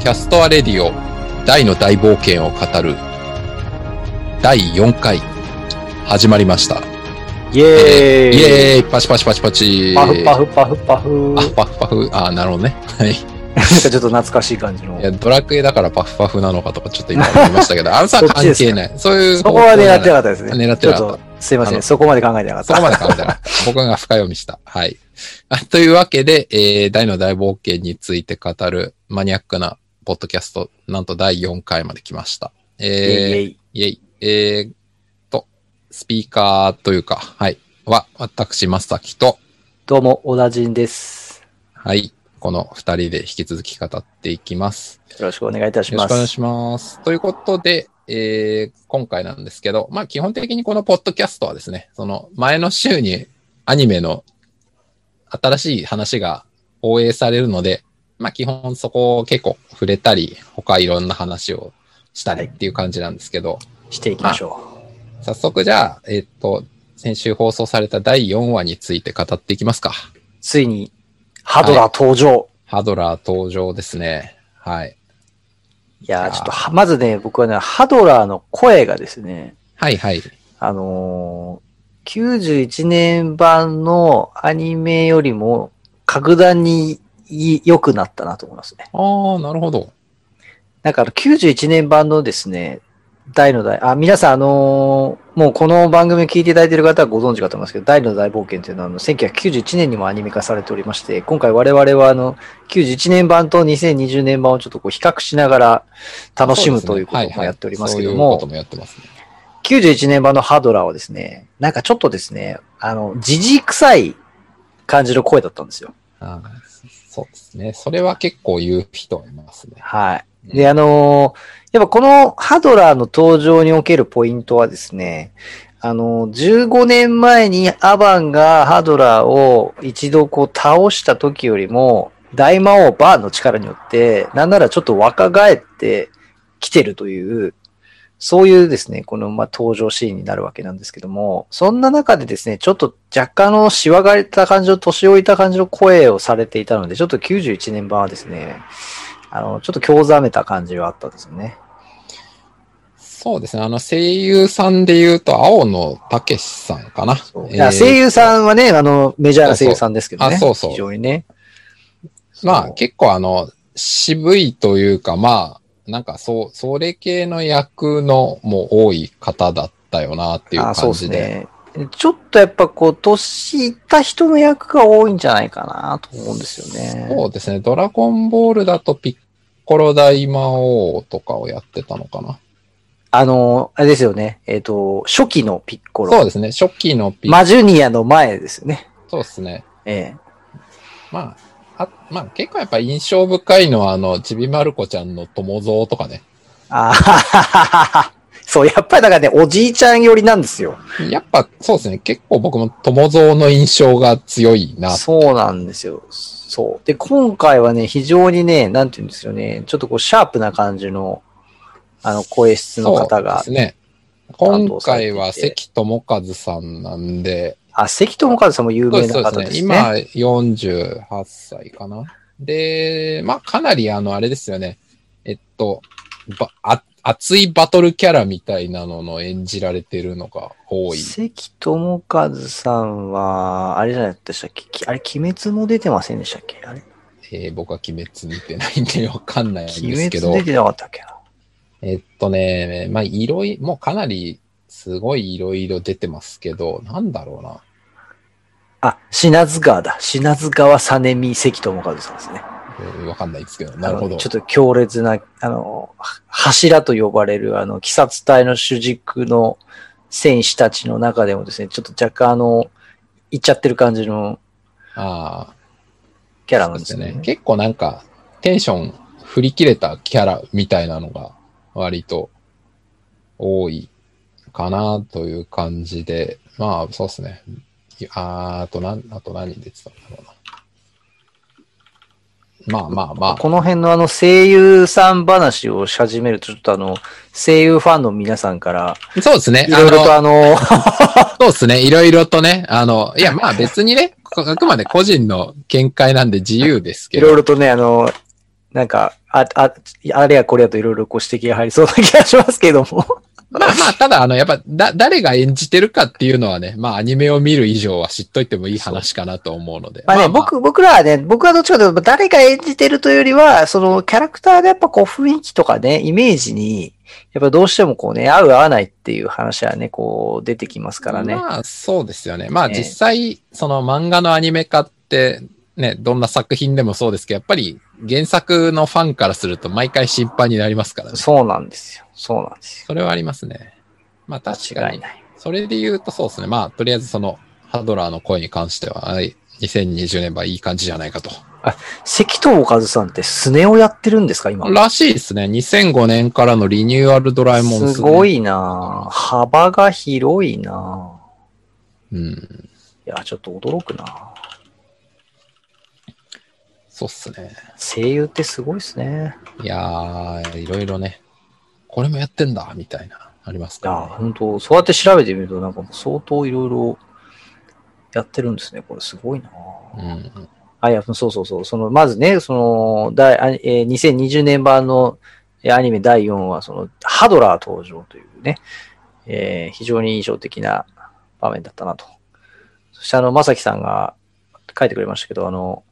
キャストアレディオ大の大冒険を語る第4回始まりました。イエーイイエーイパチパチパチパチパフパフパフパフ。あ、パフパフ。あ、なるほどね。はい。いなんかちょっと懐かしい感じの。や、ドラクエだからパフパフなのかとかちょっと今思いました けど、あのさそっち関です係かない。そういうそ方こ向じはゃな狙い。ってなかったです狙ね。ってなかったちょとすいませあのん。そこまで考えてなかっそた。こまで考えた。僕が深読みした。はい。あというわけで、えー、大の大冒険について語るマニアックなポッドキャスト、なんと第4回まで来ました。イエイイえー、イェエイ。イ。えーっと、スピーカーというか、はい。は、私、まさきと、どうも、小田人です。はい。この二人で引き続き語っていきます。よろしくお願いいたしよろしまくお願いす。します。ということで、えー今回なんですけど、まあ基本的にこのポッドキャストはですね、その前の週にアニメの新しい話が放映されるので、まあ基本そこを結構触れたり、他いろんな話をしたりっていう感じなんですけど、していきましょ早速じゃあ、えっと、先週放送された第4話について語っていきますか。う。ついに、ハドラー登場。ハドラー登場ですね。はい。いやーちょっとは、まずね、僕はね、ハドラーの声がですね、はいはい。あのー、91年版のアニメよりも、格段にい良くなったなと思いますね。ああ、なるほど。なんかあの91年版のですね、大の大、あ、皆さんあのーもうこの番組を聞いていただいている方はご存知かと思いますけど、大の大冒険というのはあの1991年にもアニメ化されておりまして、今回我々はあの91年版と2020年版をちょっとこう比較しながら楽しむそうといでうすねこともやっておりますけどはいはい、そういうこもと、もやってますね。 91年版のハドラーはですね、なんかちょっとですね、あの、じじ臭い感じの声だったんですよ。ああそうですね。それは結構言う人いますね。はい。うで、あのーやっぱこのハドラーの登場におけるポイントはですね、あのー15年前にアバンがハドラーを一度こう倒した時よりも、大魔王バーンの力によって、なんならちょっと若返ってきてるという、そういうですね、この、まあ、登場シーンになるわけなんですけども、そんな中でですね、ちょっと若干のしわがれた感じの、年老いた感じの声をされていたので、ちょっと91年版はですね、あの、ちょっと興ざめた感じはあったですよね。そうですね。あの、声優さんで言うと、青野武さんかな。いや声優さんはね、あの、メジャーな声優さんですけどね。そうそうあそうそう非常にね。まあ、そう結構あの、渋いというか、まあ、なんかそう、それ系の役のも多い方だったよな、っていうあそ感うですじで。ね。ちょっとやっぱこう、年いった人の役が多いんじゃないかなと思うんですよね。そうですね。ドラゴンボールだとピッコロ大魔王とかをやってたのかな。あの、あれですよね。えっ、と、初期のピッコそうロ。ですね。初期のピッ、マジュニアの前ですよね。そうですね。えまあ、あまあ、結構やっぱ印象深いのは、あの、ちびまる子ちゃんの友蔵とかね。えあはははは。 そう、やっぱりだからね、おじいちゃん寄りなんですよ。やっぱそうですね、結構僕も友蔵の印象が強いな。そうなんですよ。そう。で、今回はね、非常にね、なんて言うんですよね、ちょっとこう、シャープな感じの、あの、声質の方がそうです、ね。担今当されてい回ては関智一さんなんで、あ、関智和さんも有そう名ですなそう方でですすね。ね。今48歳かな。で、まあかなりあの、あれですよね。えっと、ばあ熱いバトルキャラみたいなのの演じられてるのが多い。関智和さんは、あれじゃないでしたっけきあれ、鬼滅も出てませんでしたっけあれえー僕は鬼滅見てないんでわかんないん鬼ですけ滅 ど。出てなかったっけなえっとね、まあ、いろい、もうかなり、すごいいろいろ出てますけど、なんだろうな。あ、品津川だ。品津川実美関智和さんですね。えーわかんないですけど、なるほあど。のちょっと強烈な、あの、は柱と呼ばれる、あの、鬼殺隊の主軸の戦士たちの中でもですね、ちょっと若干あの、いっちゃってる感じのああ、キャラそなんうでですすよね。ね。結構なんか、テンション振り切れたキャラみたいなのが、割と、多いかなという感じで、まあ、そうですね。あーあとなん、あと何出てたんだろうな。まあまあまあ。この辺のあの声優さん話をし始めると、ちょっとあの、声優ファンの皆さんから、そうですね。いろいろあのとあの、そうですね。いろいろとね。あの、いや、まあ別にね、こあくまで個人の見解なんで自由ですいけ ろいど。ろとね、あの、なんか、あ、あ、あれやこれやといろいろご指摘が入りそうな気がしますけども。まあまあ、ただ、あの、やっぱ、だ、誰が演じてるかっていうのはね、まあ、アニメを見る以上は知っといてもいい話かなと思うので。まあね、僕、僕らはね、僕はどっちかというと、誰が演じてるというよりは、そのキャラクターがやっぱこう雰囲気とかね、イメージに、やっぱどうしてもこうね、合う合わないっていう話はね、こう出てきますからね。まあ、そうですよね。まあ、ね実際、その漫画のアニメ化って、ね、どんな作品でもそうですけど、やっぱり原作のファンからすると毎回心配になりますからね。そうなんですよ。そうなんですそれはありますね。まあ、よ。確か違いに。ない。それで言うとそうですね。まあ、とりあえずその、ハドラーの声に関しては、はい2020年はいい感じじゃないかと。関東和さんってスネをやってるんですか、今。らしいですね。2005年からのリニューアルドラえもんですねご。いなぁ幅が広いなぁうん。いや、ちょっと驚くなぁそうっすね。声優ってすごいですね。いやー、いろいろね、これもやってんだ、みたいな、ありますいや、か、本当そうやって調べてみると、なんかもう相当いろいろやってるんですね。これすごいなぁね。うん。あ、いや、そうそうそう。その、まずね、その、第、あえー2020年版のえーアニメ第4話、その、ハドラー登場というね、えー非常に印象的な場面だったなと。そしてあの、まさきさんが書いてくれましたけど、あの、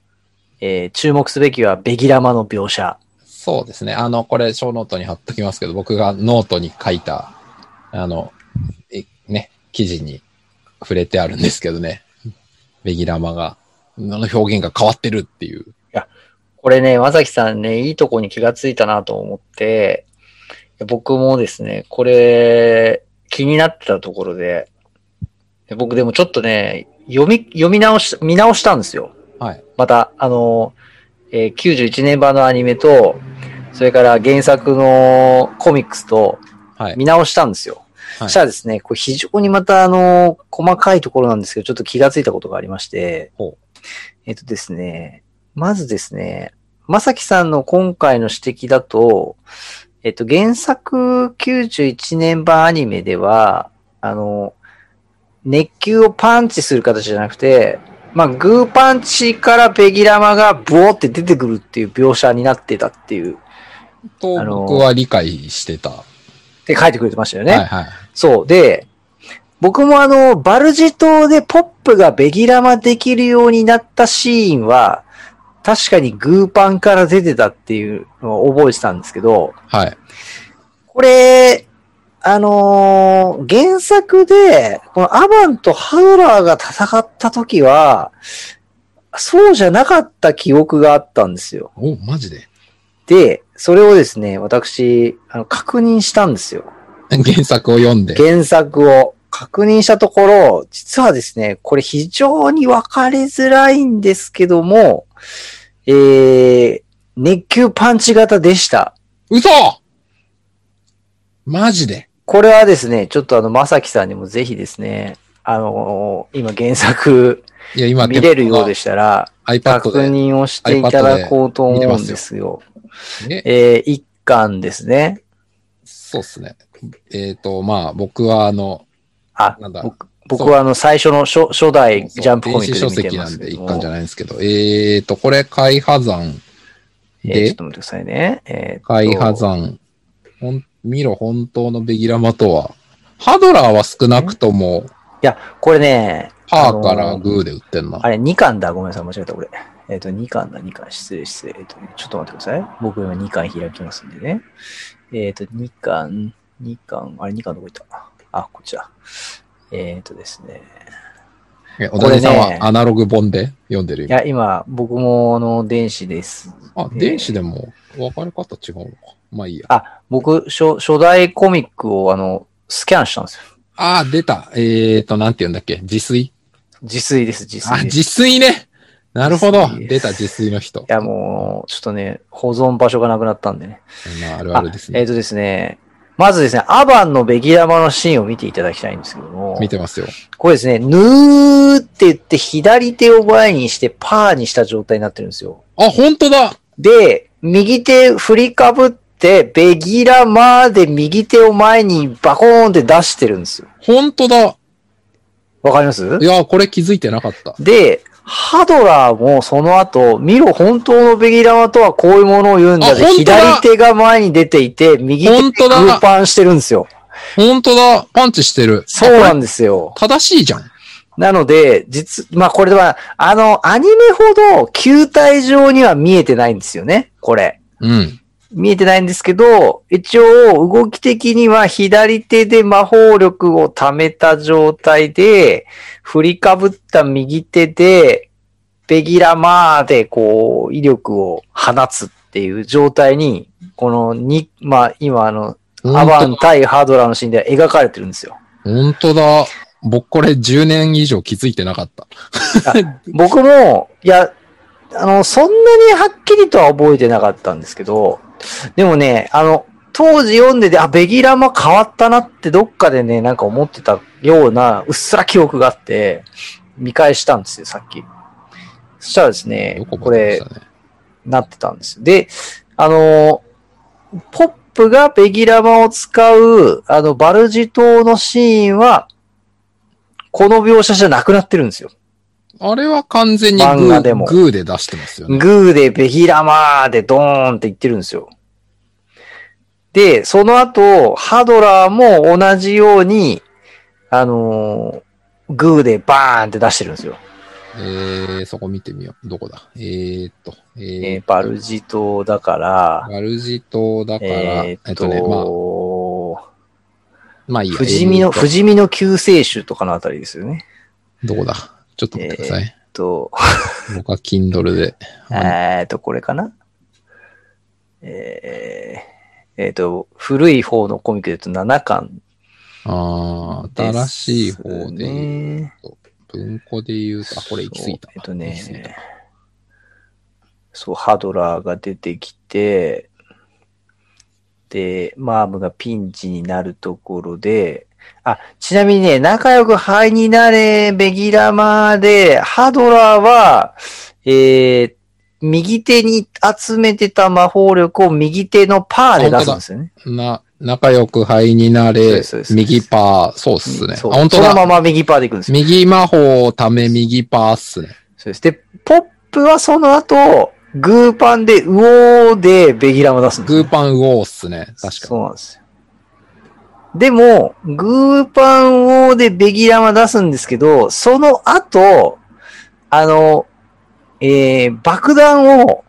えー注目すべきはベギラマの描写。そうですね。あの、これ、小ノートに貼っときますけど、僕がノートに書いた、あの、えね、記事に触れてあるんですけどね。ベギラマが、あの表現が変わってるっていう。これね、まさきさんね、いいとこに気がついたなと思って、僕もですね、これ、気になってたところで、で僕でもちょっとね、読み、読み直し、見直したんですよ。はい。また、あの、えー91年版のアニメと、それから原作のコミックスとはい。見直したんですよ。はいしたらですね、これ非常にまたあの、細かいところなんですけど、ちょっと気がついたことがありましてほ、えっとですね、まずですね、まさきさんの今回の指摘だと、えっと、原作91年版アニメでは、あの、熱球をパンチする形じゃなくて、まあ、グーパンチからペギラマがブオって出てくるっていう描写になってたっていう、っと、あの僕は理解してた。はて書いてくれてましたよいね。はい。そう。で、僕もあの、バルジ島でポップがベギラマできるようになったシーンは、確かにグーパンから出てたっていうのを覚えてたんですけど、はい。これ、あのー原作で、このアバンとハドラーが戦った時は、そうじゃなかった記憶があったんですよ。お、マジでで、それをですね、私、あの確認したんですよ。 原作を読んで。原作を確認したところ、実はですね、これ非常に分かりづらいんですけども、えー、熱球パンチ型でした。嘘マジでこれはですね、ちょっとあの、まさきさんにもぜひですね、あのー今原作いや、今、見れるようでししたら、確 iPad で。認をしていただこうと思うんですよ。ね、えー、一巻ですね。そうっすね。えっ、と、まあ、僕は、あの、あ、なんだ、僕僕はあの、最初の初初代ジャンプコミック電子書で見て籍まなすんけでど一も。巻じゃないんですけど、えっ、と、これ、海破山えーちょっで、と待ってくださいね。えーっと海破山、ほん、見ろ、本当のベギラマとは、ハドラーは少なくとも、いや、これね、パーからグーで売ってんな。あれ2巻だ。ごめんなさい、間違えた、俺。えっ、と、2巻だ、2巻。失礼、失礼。えっとちょっと待ってください。僕今2巻開きますんでね。えっ、と、2巻、2巻、あれ2巻どこ行ったあ、こっちだ。えっ、とですね。え小谷さんこれねはアナログ本で読んでるいや、今、僕も、あの、電子です。あ、電子でも分かれ方違うのか。まあいいや。あ、僕、初、初代コミックを、あの、スキャンしたんですよ。あー、出た。えっ、と、なんて言うんだっけ自炊自炊です、自あ、炊です。い自炊ね。なるほど。自炊出た自炊の人。や、もう、ちょっとね、保存場所がなくなったんでね。まあ、あるあるですあえっ、ね。とですね、まずですね、アバンのベギラマのシーンを見ていただきたいんですけども、見てますよ。これですね、ヌーって言って左手を前にしてパーにした状態になってるんですよ。あ、本当だで、右手振りかぶって、ベギラマーで右手を前にバコーンって出してるんですよ。本当だわかりますいや、これ気づいてなかった。で、ハドラーもその後、見ろ、本当のベギラマとはこういうものを言うんだで、あ本当だ左手が前に出ていて、右手で本当だグーパンしてるんですよ。本当だ。パンチしてる。そうあこれなんですよ。正しいじゃん。なので、実、まあこれは、あの、アニメほど球体上には見えてないんですよね、これ。うん。見えてないんですけど、一応動き的には左手で魔法力を貯めた状態で、振りかぶった右手で、ベギラマーでこう、威力を放つっていう状態に、このに、まあ今あの、アバン本対ハードラーのシーンでは描かれてるんですよ。当だ。本当だ。僕これ10年以上気づいてなかった。僕も、いや、あの、そんなにはっきりとは覚えてなかったんですけど、でもね、あの、当時読んでて、あ、ベギラマ変わったなってどっかでね、なんか思ってたような、うっすら記憶があって、見返したんですよ、さっき。そしたらですねよ、くこ覚えれて、ましたね。なってたんですよ。で、あの、ポップがベギラマを使う、あの、バルジ島のシーンは、この描写じゃなくなってるんですよ。あれは完全にグ漫画でもーグーで出してますよね。グーでベヒラマーでドーンって言ってるんですよ。で、その後、ハドラーも同じように、あのーグーでバーンって出してるんですよ。えー、そこ見てみよう。どこだえーっと、えーえーバルジ島だから、ガルジ島だから、ええーっっと、とね、まあ、まあいいや。富士見えーの、っと富士見の救世主とかのあたりですよね。どこだちょっと待ってください。と、僕は Kindle で。あえーっと、これかなえーえーっと、古い方のコミックで言うと7巻あー、新しい方で言うね。と、文庫で言うと、あ、これ行き過ぎたそう。えっと行き過ぎたね、そう、ハドラーが出てきて、で、マームがピンチになるところで、あ、ちなみにね、仲良く灰になれ、ベギラマーで、ハドラーは、えー、右手に集めてた魔法力を右手のパーで出すんですよね。な、仲良く灰になそうれですそうで、す右パー、そうっすね。あ、そう本当そのまだ。ま右パーでいくんですよ右魔法をため右パーっすね。そうです。で、ポップはその後、グーパンで、ウオーでベギラム出すんですグね、ーパンウォーっすね。確かそうなんですよ。でも、グーパンウォーでベギラマ出すんですけど、その後、あの、えー、爆弾を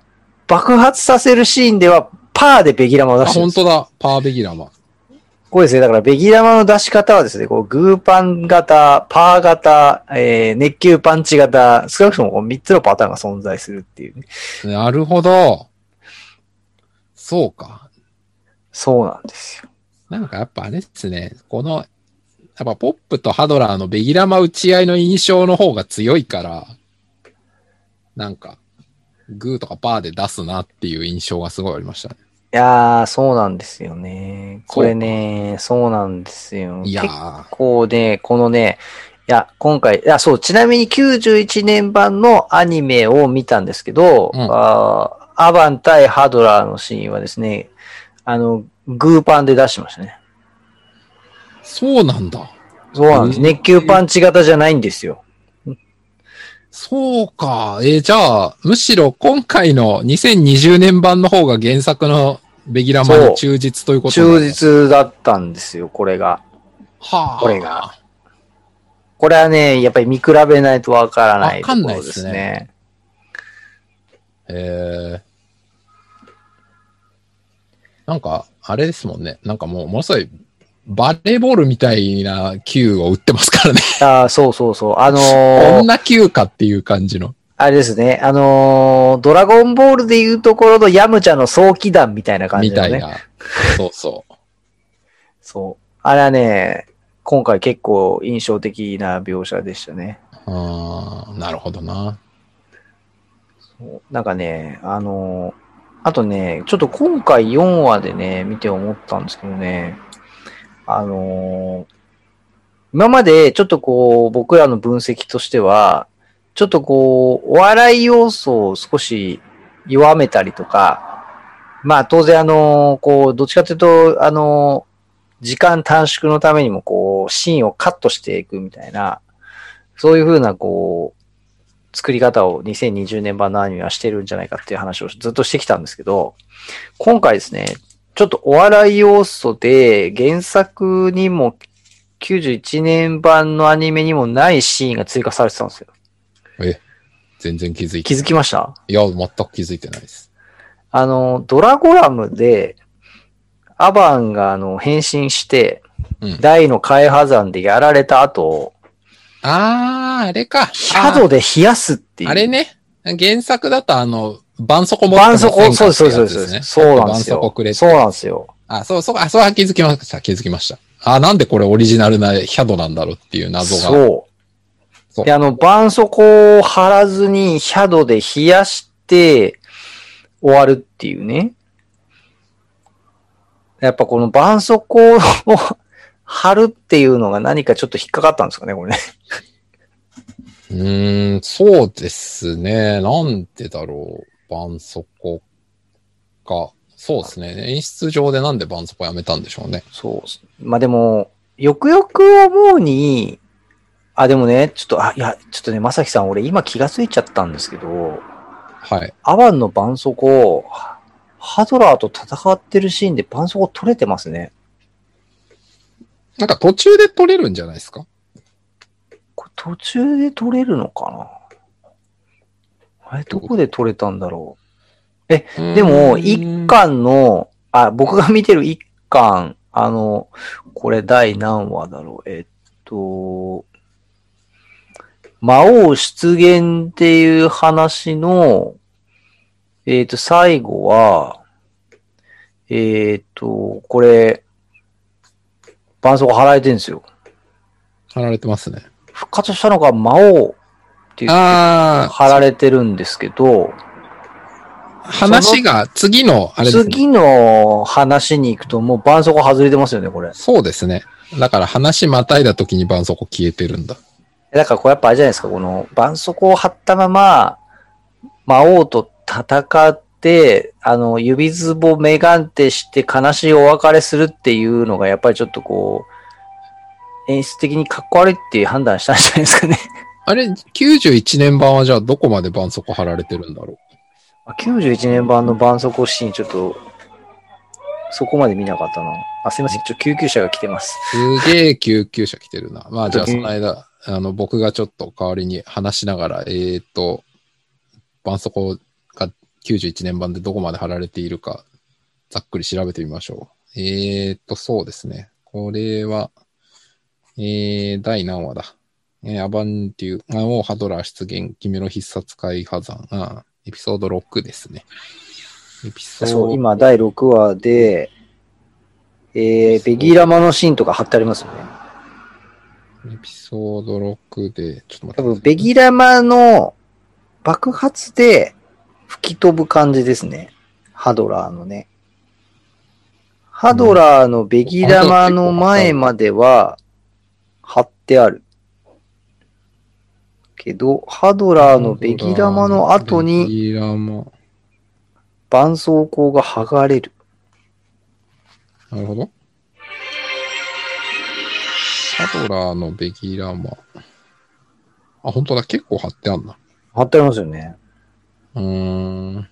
爆発させるシーンでは、パーでベギラマをに。あ、出してるん本ですよ。当だ。パーベギラマ。こうですね。だから、ベギラマの出し方はですね、こう、グーパン型、パー型、えー、熱球パンチ型、少なくともこう3つのパターンが存在するっていうね。なるほど。そうか。そうなんですよ。なんかやっぱあれっすね。この、やっぱポップとハドラーのベギラマ打ち合いの印象の方が強いから、なんか、グーとかパーで出すなっていう印象がすごいありましたね。いやー、そうなんですよね。これね、そうなんですよ。いや結ー、構ね、このね、いや、今回、いや、そう、ちなみに91年版のアニメを見たんですけど、うんあーアバン対ハドラーのシーンはですね、あの、グーパンで出してましたね。そうなんだ。そうなんです。うん熱球パンチ型じゃないんですよ。そうか。えーじゃあ、むしろ今回の2020年版の方が原作のベギラマそのう忠実ということ忠なんだ。実だったんですよ、これが。はあ。これが。これはね、やっぱり見比べないとわからないとこわろかんないでですすねね。えー、なんか、あれですもんね。なんかもう、ものすごい、バレーボールみたいな球を打ってますからね。ああ、そうそうそう。あ のこーんな球かっていう感じの。あれですね。あのードラゴンボールでいうところのヤムチャの早期弾みたいな感じみたのいね。な。そうそう。そう。あれはね、今回結構印象的な描写でしたね。あーなるほどな。なんかね、あのーあとね、ちょっと今回4話でね、見て思ったんですけどね、あのー今までちょっとこう、僕らの分析としては、ちょっとこう、お笑い要素を少し弱めたりとか、まあ当然あのーこう、どっちかというと、あのー時間短縮のためにもこう、シーンをカットしていくみたいな、そういうふうなこう、作り方を2020年版のアニメはしてるんじゃないかっていう話をずっとしてきたんですけど、今回ですね、ちょっとお笑い要素で原作にも91年版のアニメにもないシーンが追加されてたんですよ。全然気づいて気づきましたいや、全く気づいてないです。あの、ドラゴラムで、アバンがあの変身して、うん。大の開破山でやられた後、あー、あれか。シャドウで冷やすっていう。あれね。原作だとあの、絆創膏持ってま絆せ創んかってや膏、つそうです、そうです、ねそうです。そうなんで絆す創膏よくれ。てそうなんですよ。あ、そう、そう、あ、そうは気づきました。気づきました。あ、なんでこれオリジナルなヒャドなんだろうっていう謎が。そ。そううで、あの、絆創膏を貼らずに、シャドウで冷やして、終わるっていうね。やっぱこの絆創膏を貼るっていうのが何かちょっと引っかかったんですかね、これね。うーん、そうですね。なんでだろう。絆創膏か。そうですね。演出上でなんで絆創膏やめたんでしょうね。そう。まあでも、よくよく思うに、あ、でもね、ちょっと、あ、いや、ちょっとね、まさきさん、俺今気がついちゃったんですけど、はい。アバンの絆創膏、ハドラーと戦ってるシーンで絆創膏取れてますね。なんか途中で取れるんじゃないですかこれ途中で取れるのかなあれ、どこで取れたんだろう。でも、一回。巻の、あ、僕が見てる一巻、あの、これ第何話だろう。えっと、魔王出現っていう話の、えっと、最後は、えっと、これ、絆創膏払えてるんですよ。貼られてますね。復活したのが魔王って言ってあ貼られてるんですけど、あ、話が次の、あれですね。次の話に行くともう絆創膏外れてますよね、これ。そうですね。だから話またいだ時に絆創膏消えてるんだ。だからこれやっぱあれじゃないですか、この絆創膏を貼ったまま、魔王と戦って、あの、指ずぼめがんてして悲しいお別れするっていうのがやっぱりちょっとこう、演出的にかっこ悪いっていう判断したんじゃないですかね。 あれ、91年版はじゃあどこまで絆創膏貼られてるんだろ91年版の絆創膏シーン、ちょっと、そこまで見なかったな。あ、すいません。ちょ、救急車が来てます。う。すげえ救急車来てるな。まあじゃあその間、あの、僕がちょっと代わりに話しながら、えーっと、絆創膏が91年版でどこまで貼られているか、ざっくり調べてみましょう。えーっと、そうですね。これは、えー、第何話だえー、アバンテュー、魔王ハドラー出現、君の必殺会破山、ああエピソード6ですね。エピソーそう、ド今、第6話で、えー、ベギーラマのシーンとか貼ってありますよね。エピソード6で、ちょっと待っ多てくださいね。分、ベギーラマの爆発で吹き飛ぶ感じですね。ハドラーのね。ハドラーのベギーラマの前までは貼ってある。けど、ハドラーのベギーラマの後ベにギラマ。絆創膏が剥がれる。なるほど。ハドラーのベギラマ。あ、本当だ。結構貼ってあんな。貼ってありますよね。うーん。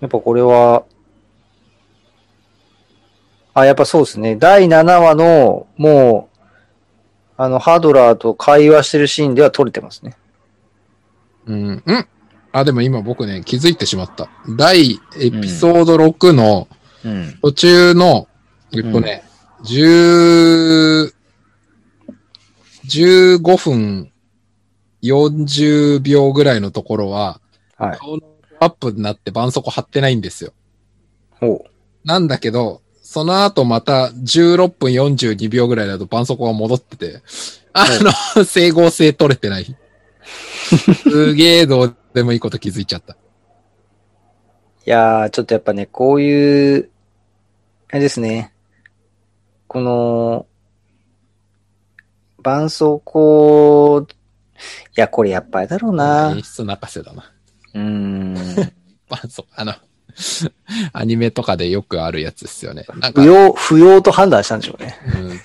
やっぱこれは、あ、やっぱそうですね。第7話の、もう、あの、ハドラーと会話してるシーンでは撮れてますね。うん。うん。あ、でも今僕ね、気づいてしまった。第エピソード6のうん。途中の、えっとね、10 15分40秒ぐらいのところは、はい。顔のアップになって絆創膏貼ってないんですよ。ほう。なんだけど、その後また16分42秒ぐらいだと絆創膏が戻ってて、あの、整合性取れてない。すげえどうでもいいこと気づいちゃった。いやー、ちょっとやっぱね、こういう、あれですね。この、絆創膏、いや、これやっぱりだろうな演。出泣かせだな。うーん。絆創膏、あの、アニメとかでよくあるやつですよね。なんか不、要、不要と判断したんでしょうね。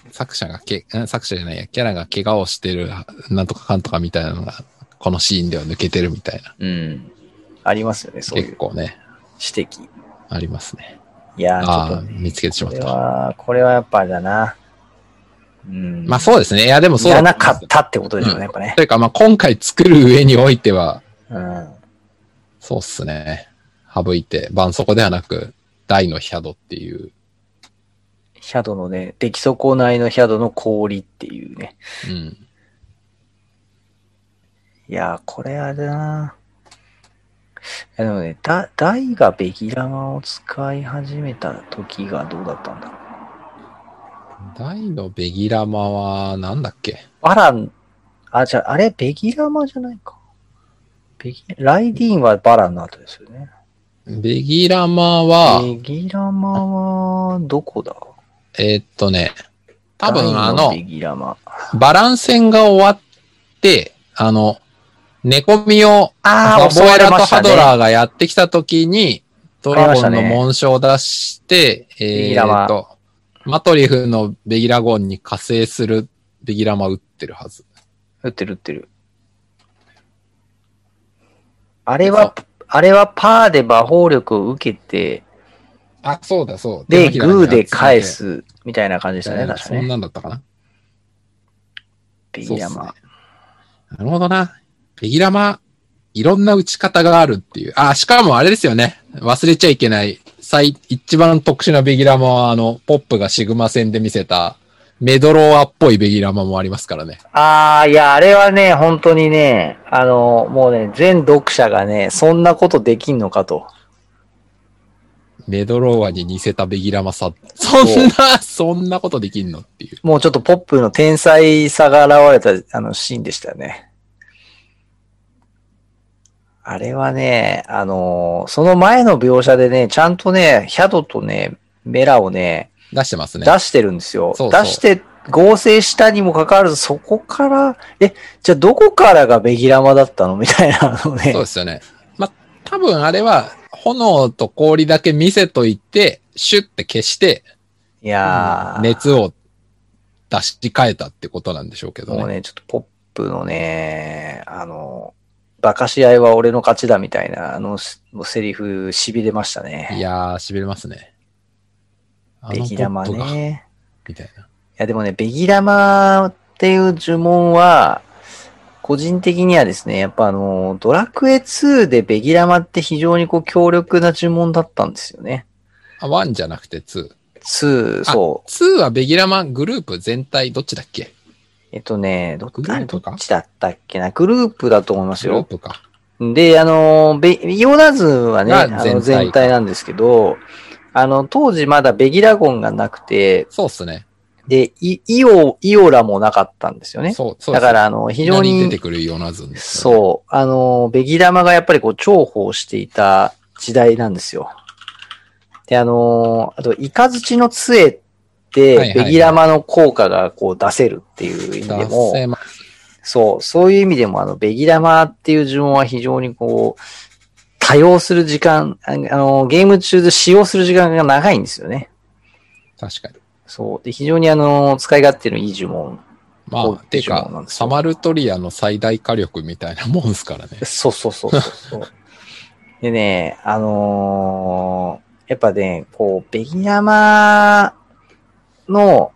うん、作者がけ、うん作者じゃないや、キャラが怪我をしてる、なんとかかんとかみたいなのが、このシーンでは抜けてるみたいな、うん。ありますよね、そういう結構ね、指摘。ありますね。いやー、ちょっあとあ、見つけてしまこっれた。は、これはやっぱあれだな。うん。まあそうですね。いや、でもそういだらなかったってことでしょうね、やっぱね。というか、まあ今回作る上においては、うん。そうっすね。省いて、絆創膏ではなく、大のヒャドっていう。ヒャドのね、出来損ないのヒャドの氷っていうね。うん。いやー、これあれだな。いやでもね、だ、大がベギラマを使い始めた時がどうだったんだろう。大のベギラマは、なんだっけバラン、あ、じゃあ、あれ、ベギラマじゃないか。ベギ、ライディーンはバランの後ですよね。ベギラマは、ベギラマは、どこだえーっとね、多ダイ分のあのベ、ギラマ。バラン戦が終わって、あの、寝込みを、あサあ、襲ボわエれラまとしたハね。ドラーがやってきた時に、ドラゴンの紋章を出して、ベえギラーっマと、マトリフのベギラゴンに加勢するベギラマ打ってるはず。打ってる打ってる。あれは、あれはパーで魔法力を受けて、あ、そうだそう。で、手のひらにグーで返集す、みたいな感じでめ。してたうね、ん確かそんね。なんだったかな。ベそうギっラすねマ。。なるほどな。ベギラマ、いろんな打ち方があるっていう。あ、しかもあれですよね。忘れちゃいけない。最、一番特殊なベギラマは、あの、ポップがシグマ戦で見せた、メドローアっぽいベギラマもありますからね。ああ、いや、あれはね、本当にね、あの、もうね、全読者がね、そんなことできんのかと。メドローアに似せたベギラマさ。そんな、そんなことできんのっていう。もうちょっとポップの天才さが現れたあのシーンでしたよね。あれはね、あのーその前の描写でね、ちゃんとね、ヒャドとね、メラをね、出してますね。出してるんですよ。そうそう出して合成したにもかかわらず、そこから、え、じゃあどこからがベギラマだったのみたいなのねそう。ですよね。まあ、多分あれは、炎と氷だけ見せといて、シュッて消して、いやー、熱を出し替えたってことなんでしょうけどもうね。ね、ちょっとポップのね、あの、バカし合いは俺の勝ちだみたいな、あの、すセリフ、痺れましたいね。やー、痺れますね。あベのポギラマップが、ね。みたいな。いや、でもね、ベギラマっていう呪文は、個人的にはですね、やっぱあの、ドラクエ2でベギラマって非常にこう強力な呪文だったんですよね。あ、1じゃなくて2。 2、あそう。 2はベギラマングループ全体、どっちだっけえっとね、どっグルあれーどプかっちだったっけなグループだと思いますグルーよ。プか。で、あの、ベイオナズはね、があの全体か全体なんですけど、あの、当時まだベギラゴンがなくて、そうっすね。で、イイオ、イオラもなかったんですよね。そう、そうだですから、あの、非常いきなりに出て、くるようなずんですよね、そう、あの、ベギラマがやっぱりこう、重宝していた時代なんですよ。で、あの、あと、イカズチの杖っはいて、はいはいベギラマの効果がこう出せるっていう意味でも、出せますそう、そういう意味でも、あの、ベギラマっていう呪文は非常にこう、多用する時間、ああの、ゲーム中で使用する時間が長いんですよね。確かに。そう。で、非常にあの、使い勝手のいい呪文。まこあう、ていう一緒なか、んですよサマルトリアの最大火力みたいなもんすからね。そうそうそうそうそう。でね、あのーやっぱね、こう、ベギラマの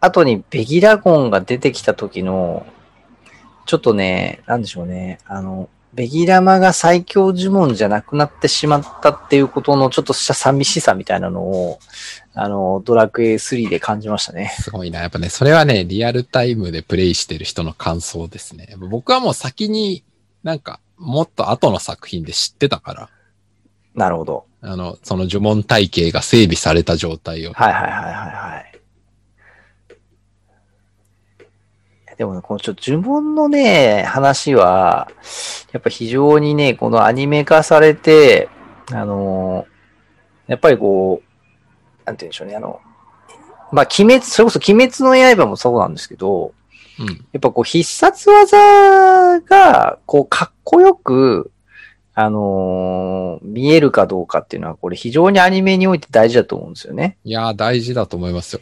後にベギラゴンが出てきた時の、ちょっとね、なんでしょうね、あの、ベギラマが最強呪文じゃなくなってしまったっていうことのちょっとした寂しさみたいなのを、あの、ドラクエ3で感じましたね。 すごいな。やっぱね、それはね、リアルタイムでプレイしてる人の感想ですね。やっぱ僕はもう先に、なんか、もっと後の作品で知ってたから、なるほど。あの、その呪文体系が整備された状態を。はいはいはいはいはい。でもね、このちょっと呪文のね、話は、やっぱ非常にね、このアニメ化されて、あのーやっぱりこう、なんて言うんでしょうね、あの、まあ、鬼滅、それこそ鬼滅の刃もそうなんですけど、うん。やっぱこう必殺技が、こうかっこよく、あのー見えるかどうかっていうのは、これ非常にアニメにおいて大事だと思うんですよね。いやー、大事だと思いますよ。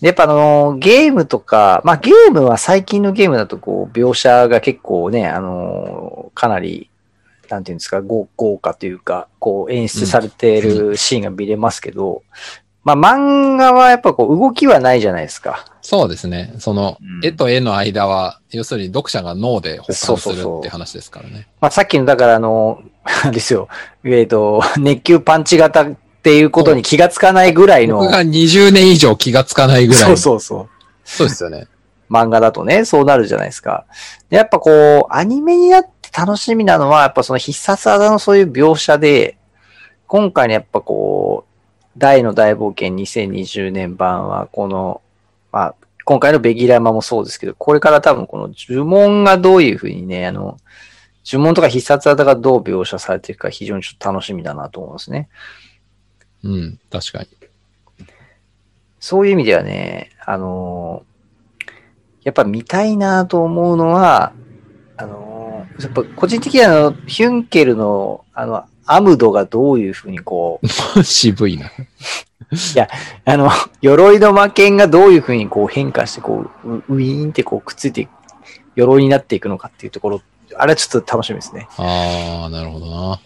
でやっぱあのーゲームとか、まあゲームは最近のゲームだとこう、描写が結構ね、あのーかなり、なんていうんですか、豪豪華というか、こう演出されているシーンが見れますけど、まあ漫画はやっぱこう、動きはないじゃないですか。そうですね。その、うん絵と絵の間は、要するに読者が脳で保そう管すそうるそうって話ですからね。まあ、さっきの、だから、あの、 あれですよ、えっ、と、熱球パンチ型っていうことに気がつかないぐらいの僕、が20年以上気がつかないぐらい。そうそうそう、そうですよね。漫画だとね、そうなるじゃないですか。でやっぱこう、アニメになって楽しみなのは、やっぱその必殺技のそういう描写で、今回のやっぱこう、大の大冒険2020年版は、この、まあ、今回のベギラマもそうですけど、これから多分この呪文がどういうふうにね、あの、呪文とか必殺技がどう描写されていくか非常にちょっと楽しみだなと思うんですね。うん、確かに。そういう意味ではね、あのーやっぱ見たいなと思うのは、あのーやっぱ個人的にはあの、ヒュンケルの、あの、アムドがどういうふうにこう、 渋いな。あの、鎧の魔剣がどういうふうにこう変化して、こう、ウウィーンってこうくっついて、鎧になっていくのかっていうところ、あれはちょっと楽しみですね。あー、なるほどな。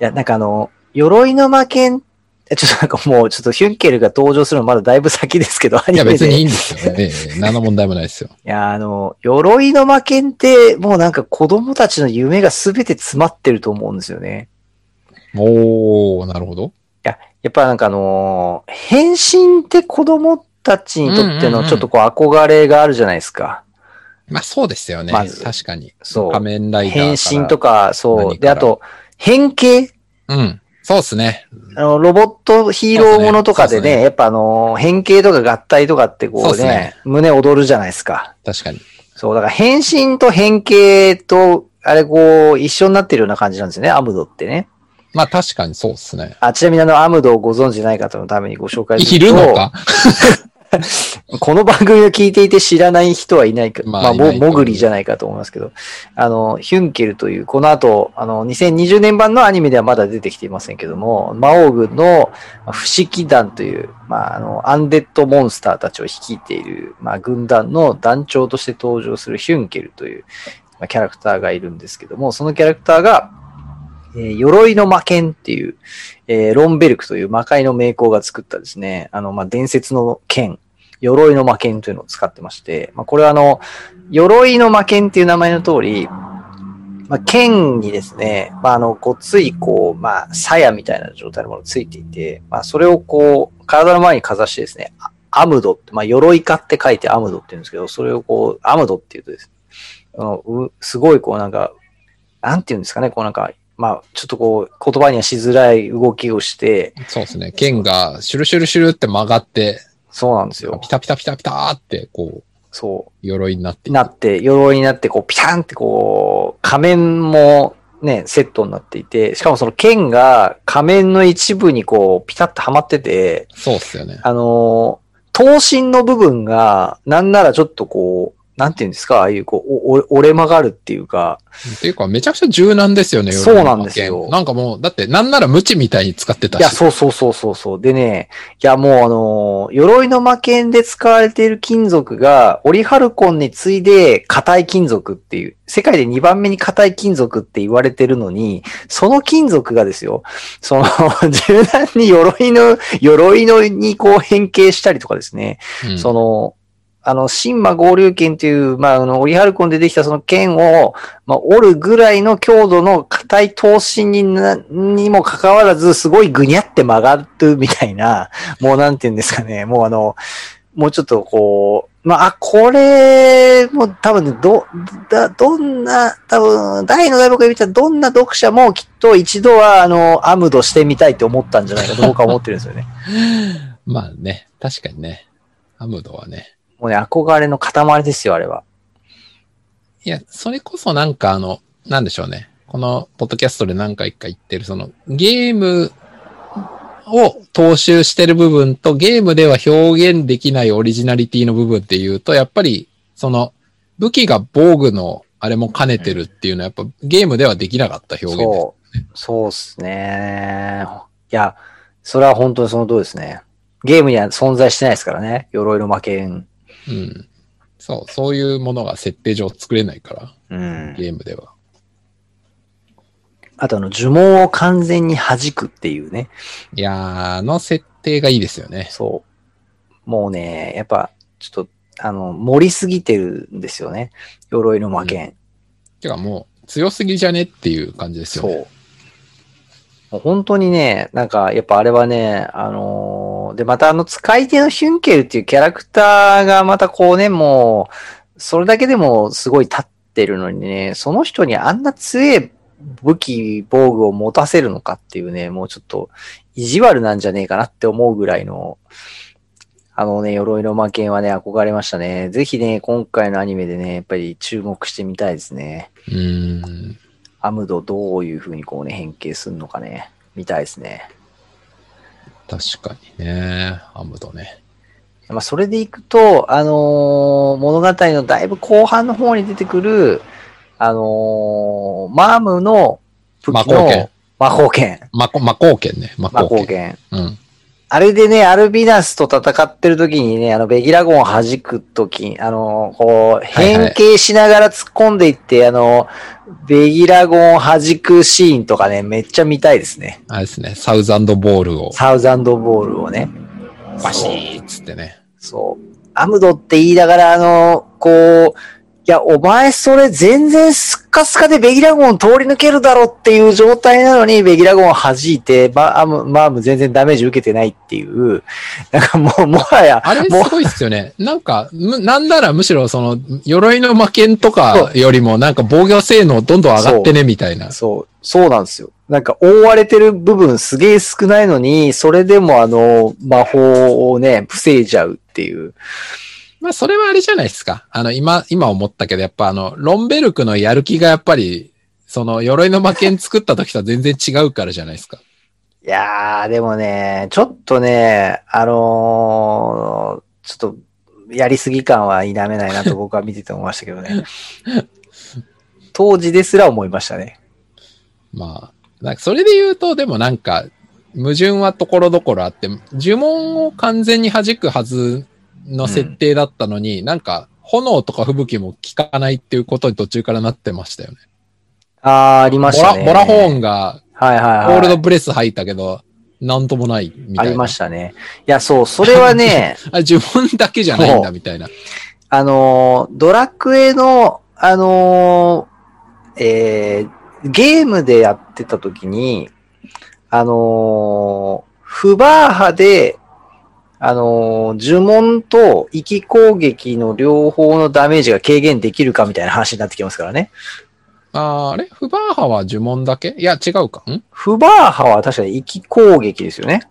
いや、なんかあの、鎧の魔剣、えちょっとなんかもう、ちょっとヒュンケルが登場するのまだだいぶ先ですけど、アいニや、メで。別にいいんですよ。ええええ、何の問題もないですよ。いや、あの、鎧の魔剣って、もうなんか子供たちの夢が全て詰まってると思うんですよね。おー、なるほど。やっぱなんかあのー変身って子供たちにとってうんうんうのんちょっとこう憧れがあるじゃないですか。まあそうですよね。まず確かに。そう仮面ライダーから。変身とか、そう。何で、からあと、変形うん。そうですね。あの、ロボットヒーローものとかでそうですね、やっぱあのー変形とか合体とかってこそううですねね、胸躍るじゃないですか。確かに。そう、だから変身と変形と、あれこう、一緒になってるような感じなんですよね、アムドってね。まあ確かにそうですね。あ、ちなみにあの、アムドをご存知ない方のためにご紹介すいると。るのかこの番組を聞いていて知らない人はいないか、ままああ、いないも、と思うもぐりじゃないかと思いますけど、あの、ヒュンケルという、この後、あの、2020年版のアニメではまだ出てきていませんけども、魔王軍のまあ不思議団という、まあ、あの、アンデッドモンスターたちを率いている、まあ、軍団の団長として登場するヒュンケルという、まあ、キャラクターがいるんですけども、そのキャラクターが、えー鎧の魔剣っていう、えーロンベルクという魔界の名工が作ったですね、あの、まあ、伝説の剣、鎧の魔剣というのを使ってまして、まあ、これはあの、鎧の魔剣っていう名前の通り、まあ、剣にですね、まあ、あの、ごつい、こう、まあ、鞘みたいな状態のものがついていて、まあ、それをこう、体の前にかざしてですね、あアムドって、まあ、鎧化って書いてアムドって言うんですけど、それをこう、アムドっていうとですね、あのうすごいこうなんか、なんていうんですかね、こうなんか、まあ、ちょっとこう、言葉にはしづらい動きをして、そうですね。剣がシュルシュルシュルって曲がって、そうなんですよピ。タピタピタピターって、こう、そう。鎧になっていくなって、鎧になって、こう、ピタンってこう、仮面もね、セットになっていて、しかもその剣が仮面の一部にこう、ピタッとはまってて、そうっすよね。あのー刀身の部分が、なんならちょっとこう、なんていうんですか、ああいうこう、おお折れ曲がるっていうか、っていうか、めちゃくちゃ柔軟ですよね、そうな鎧んのですよ剣なんかもう、だって、なんなら無知みたいに使ってたいや、し。そうそうそうそうそう。でね、いや、もうあのー鎧の魔剣で使われている金属が、オリハルコンに次いで硬い金属っていう、世界で2番目に硬い金属って言われてるのに、その金属がですよ、その、 柔軟に鎧の、鎧のにこう変形したりとかですね、うんその、あの、新魔合流剣という、まあ、あの、オリハルコンでできたその剣を、まあ、折るぐらいの強度の硬い刀身にな、にもかかわらず、すごいぐにゃって曲がるみたいな、もうなんて言うんですかね、もうあの、もうちょっとこう、まああ、これ、もう多分ね、ど、だ、どんな、多分、大の大僕が見たらどんな読者もきっと一度は、あの、アムドしてみたいって思ったんじゃないかと僕は思ってるんですよね。まあね、確かにね。アムドはね。もうね、憧れの塊ですよ、あれは。いや、それこそなんかあの、なんでしょうね。この、ポッドキャストで何回か言ってる、その、ゲームを踏襲してる部分と、ゲームでは表現できないオリジナリティの部分っていうと、やっぱり、その、武器が防具のあれも兼ねてるっていうのは、やっぱゲームではできなかった表現です。そう。そうっすね。いや、それは本当にその通りですね。ゲームには存在してないですからね。鎧の魔剣。うん。そう、そういうものが設定上作れないかうら、ん。ゲームでは。あとあの、呪文を完全に弾くっていうね。いやー、あの設定がいいですよね。そう。もうね、やっぱ、ちょっと、あの、盛りすぎてるんですよね。鎧の魔剣。てかもう、強すぎじゃねっていう感じですよそう。ね。もう本当にね、なんか、やっぱあれはね、あのーで、またあの、使い手のヒュンケルっていうキャラクターがまたこうね、もう、それだけでもすごい立ってるのにね、その人にあんな強い武器、防具を持たせるのかっていうね、もうちょっと意地悪なんじゃねえかなって思うぐらいの、あのね、鎧の魔剣はね、憧れましたね。ぜひね、今回のアニメでね、やっぱり注目してみたいですね。うーん。アムドどういう風にこうね、変形するのかね、みたいですね。確かにね。アムドね。まあ、それでいくと、あのー物語のだいぶ後半の方に出てくる、あのーマームの武器魔法の剣魔法剣。魔法魔法剣ね。魔魔法法剣。剣。うん。あれでね、アルビナスと戦ってる時にね、あの、ベギラゴンを弾く時あのーこう、はいはい変形しながら突っ込んでいって、あの、ベギラゴンを弾くシーンとかね、めっちゃ見たいですね。あれですね。サウザンドボールをサウザンドボールをね。バシーッつってね。そう。アムドって言いながら、あの、こう、いや、お前それ全然スッカスカでベギラゴン通り抜けるだろっていう状態なのに、ベギラゴンを弾いて、バアム、マーム全然ダメージ受けてないっていう、なんかもう、 もはや、あれすもうごいっすよね。なんか、むなんならむしろその、鎧の魔剣とかよりもなんか防御性能どんどん上がってねみたいな。そう、そうなんですよ。なんか覆われてる部分すげえ少ないのに、それでもあの、魔法をね、防いじゃうっていう。まあそれはあれじゃないですか。あの、今、今思ったけど、やっぱあの、ロンベルクのやる気がやっぱり、その、鎧の魔剣作った時とは全然違うからじゃないですか。いやー、でもね、ちょっとね、あのーちょっと、やりすぎ感は否めないなと 僕は見てて思いましたけどね。当時ですら思いましたね。まあ、なんかそれで言うと、でもなんか、矛盾はところどころあって、呪文を完全に弾くはずの設定だったのに、なんか、炎とか吹雪も効かないっていうことに途中からなってましたよね。あー、ありまボしたラね。ボラホーン。ンがはいはいゴはい。ールドブレス入ったけど、なんともないみたあいな。りましたね。いや、そう、それはね、あ、呪文だけじゃないんだみたいな。あのードラクエの、あのーえーゲームでやってた時に、あのーフバーハで、あのー呪文と息攻撃の両方のダメージが軽減できるかみたいな話になってきますからね。あーあれフバーハは呪文だけいや、違うか。んフバーハは確かに息攻撃ですよね。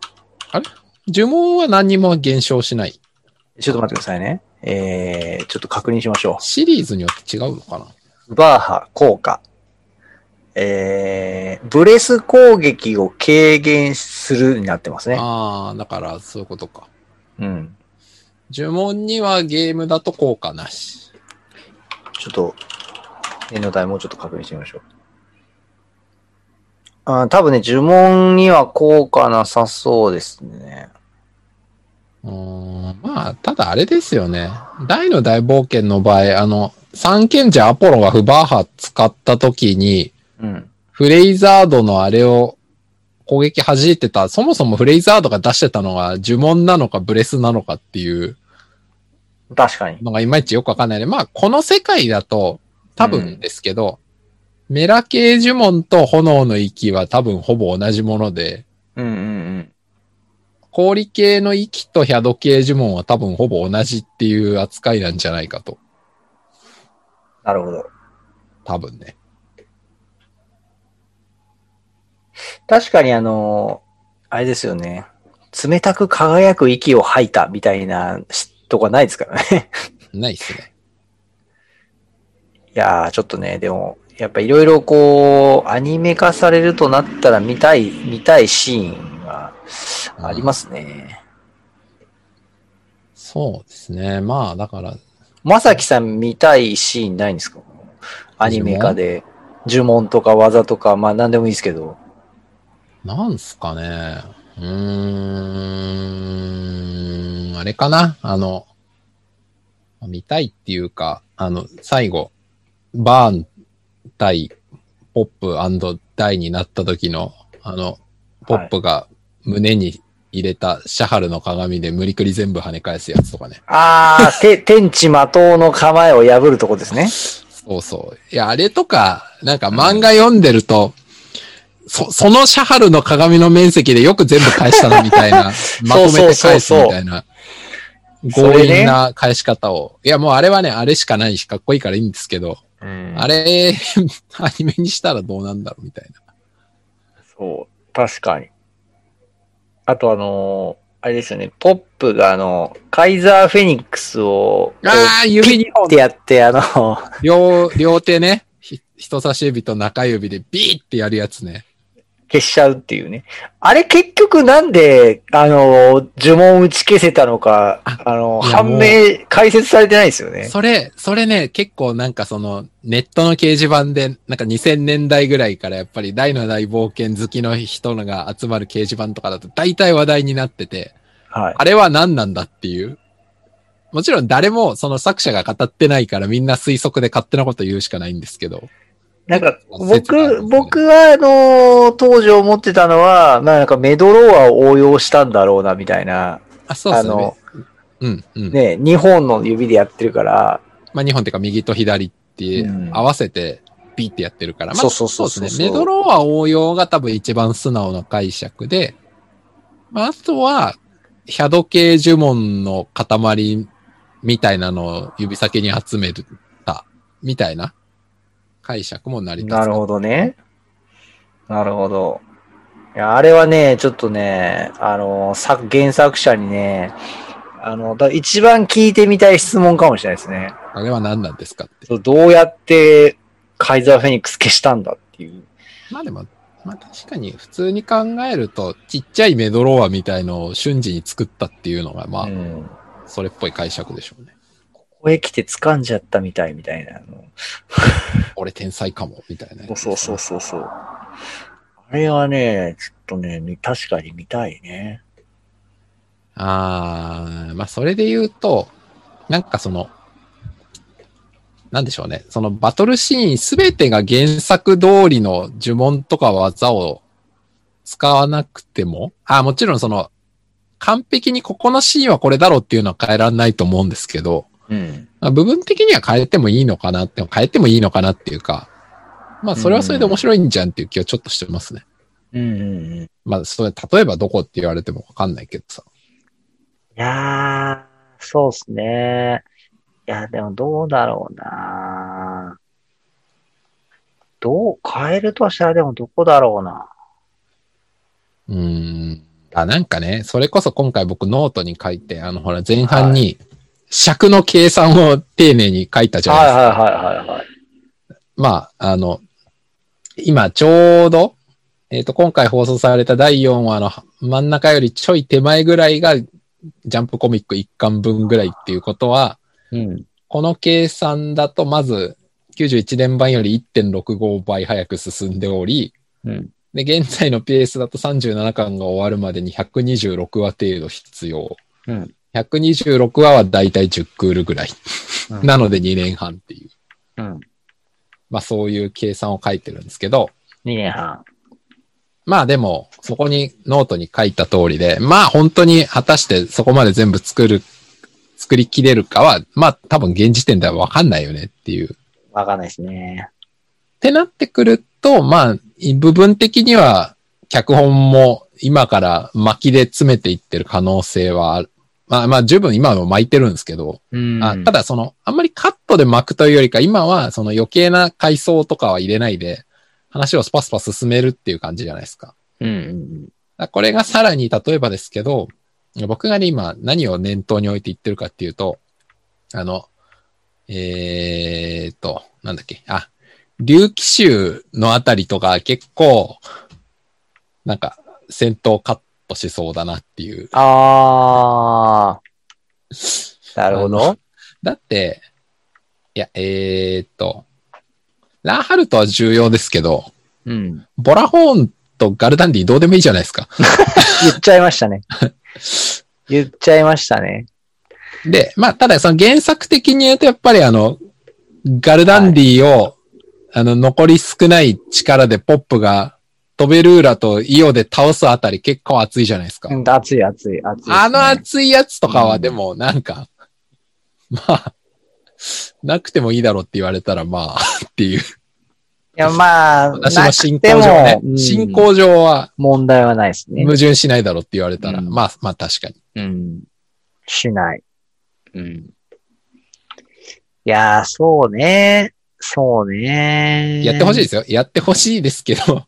呪文は何にも減少しない。ちょっと待ってくださいね。えー、ちょっと確認しましょう。シリーズによって違うのかなバーハ効果。えー、ブレス攻撃を軽減するになってますね。ああ、だから、そういうことか。うん。呪文にはゲームだと効果なし。ちょっと、念のためもうちょっと確認してみましょう。あー多分ね、呪文には効果なさそうですね。うーん、まあ、ただあれですよね。大の大冒険の場合、あの、三賢者アポロがフバーハ使った時に、うん。フレイザードのあれを攻撃弾いてた、そもそもフレイザードが出してたのが呪文なのかブレスなのかっていう確かに。のがいまいちよくわかんないね。まあ、この世界だと、多分ですけど、メラ系呪文と炎の息は多分ほぼ同じもので、うんうんうん。氷系の域とャド系呪文は多分ほぼ同じっていう扱いなんじゃないかと。なるほど。多分ね。確かにあのーあれですよね。冷たく輝く息を吐いたみたいなしとかないですからね。ないっすね。いやー、ちょっとね、でも、やっぱいろいろこう、アニメ化されるとなったら見たい、見たいシーンが ありますね。そうですね。まあ、だから、まさきさん見たいシーンないんですかアニメ化で。呪文とか技とか、まあ何でもいいですけど。なんすかね。うーん、あれかな。あの、見たいっていうか、あの、最後、バーン対ポップ大になった時の、あの、ポップが胸に入れたシャハルの鏡で無理くり全部跳ね返すやつとかね。ああ、 て、天地魔刀の構えを破るとこですね。そうそう。いや、あれとか、なんか漫画読んでると、そ、そのシャハルの鏡の面積でよく全部返したな、みたい な。まとめて返すみたいな。そう強引な返し方を。いや、もうあれはね、あれしかないし、かっこいいからいいんですけど、あれれ、 アニメにしたらどうなんだろう、みたいな。そう、確かに。あとあのーあれですよね、ポップがあの、カイザーフェニックスを、 ああ、指2こう本っ。てやって、あの、両、両手ね。ひ人差し指と中指でビーってやるやつね。消しちゃうっていうね。あれ結局なんで、あの、呪文打ち消せたのか、ああの、いや判もう明、解説されてないですよね。それ、それね、結構なんかその、ネットの掲示板で、なんか2000年代ぐらいからやっぱり大の大冒険好きの人のが集まる掲示板とかだと大体話題になってて、はい。あれは何なんだっていう。もちろん誰もその作者が語ってないからみんな推測で勝手なこと言うしかないんですけど。なんか、説があるんです僕、ね僕は、あの、当時思ってたのは、まあなんかメドローアを応用したんだろうな、みたいな。あ、そうですあねの。うん、うん。ね、2本の指でやってるから、まあ2本っていうか右と左ってうん合わせてビーってやってるから。まあそうそうそうそそううですね。メドローは応用が多分一番素直な解釈で、まああとは、ヒャド系呪文の塊みたいなのを指先に集めたみたいな解釈も成り立つ。なるほどね。なるほど。いや、あれはね、ちょっとね、あの、作、原作者にね、あの、だ一番聞いてみたい質問かもしれないですね。あれは何なんですかって。そうどうやってカイザーフェニックス消したんだっていう。まあでも、まあ確かに普通に考えると、ちっちゃいメドローアみたいのを瞬時に作ったっていうのが、まうあ、ん、それっぽい解釈でしょうね。ここへ来て掴んじゃったみたいみたいな。あの俺天才かも、みたいな。そうそうそうそうそう。あれはね、ちょっとね、み確かに見たいね。ああ、まあそれで言うと、なんかその、なんでしょうね。そのバトルシーンすべてが原作通りの呪文とか技を使わなくても、ああ、もちろんその、完璧にここのシーンはこれだろうっていうのは変えられないと思うんですけど、うん。まあ部分的には変えてもいいのかなって、変えてもいいのかなっていうか、まあそれはそれで面白いんじゃんっていう気はちょっとしてますね。うんうんうん。まあそれ、例えばどこって言われてもわかんないけどさ。いやー、そうっすね。いや、でもどうだろうな。どう、変えるとしたらでもどこだろうな。うーん。あ、なんかね、それこそ今回僕ノートに書いて、あの、ほら、前半に尺の計算を丁寧に書いたじゃないではいすか。はいはいはいはい。まあ、あの、今ちょうど、えっ、と、今回放送された第4話の真ん中よりちょい手前ぐらいが、ジャンプコミック1巻分ぐらいっていうことは、うん。この計算だと、まず、91年版より1.65倍早く進んでおり、うん。で、現在のペースだと37巻が終わるまでに126話程度必要。うん。 126話はだいたい10クールぐらい。うんなので2年半っていう。うん。まあそういう計算を書いてるんですけど、 2年半。まあでも、そこにノートに書いた通りで、まあ本当に果たしてそこまで全部作る、作りきれるかは、まあ多分現時点ではわかんないよねっていうわかんないですね。ってなってくると、まあ、部分的には、脚本も今から巻きで詰めていってる可能性はある。まあまあ、十分今も巻いてるんですけど、うんあただその、あんまりカットで巻くというよりか、今はその余計な階層とかは入れないで、話をスパスパ進めるっていう感じじゃないですか。うんうんだこれがさらに例えばですけど、僕がね、今何を念頭に置いて言ってるかっていうと、あの、えーっと、なんだっけ、あ、竜騎衆のあたりとか結構、なんか戦闘カットしそうだなっていう。あー。なるほあ ど。だって、いや、えーっと、ラーハルトは重要ですけど、うん。ボラホーンとガルダンディどうでもいいじゃないですか。言っちゃいましたね。言っちゃいましたね。で、まあ、ただその原作的に言うと、やっぱりあの、ガルダンディを、あの、残り少ない力でポップが、トベルーラとイオで倒すあたり結構熱いじゃないですか。うん、熱い熱い熱いですね、あの熱いやつとかうはんでもなんか、 まあ、なくてもいいだろうって言われたらまあっていう。いや、まあ、私の進行な上くてもねう。ん進行上は問題はないですね矛。盾しないだろうって言われたら、うんまあまあ確かに。うん。しない。うん、いやー、そうね。そうね。やってほしいい。ですよ。やってほしいですけど、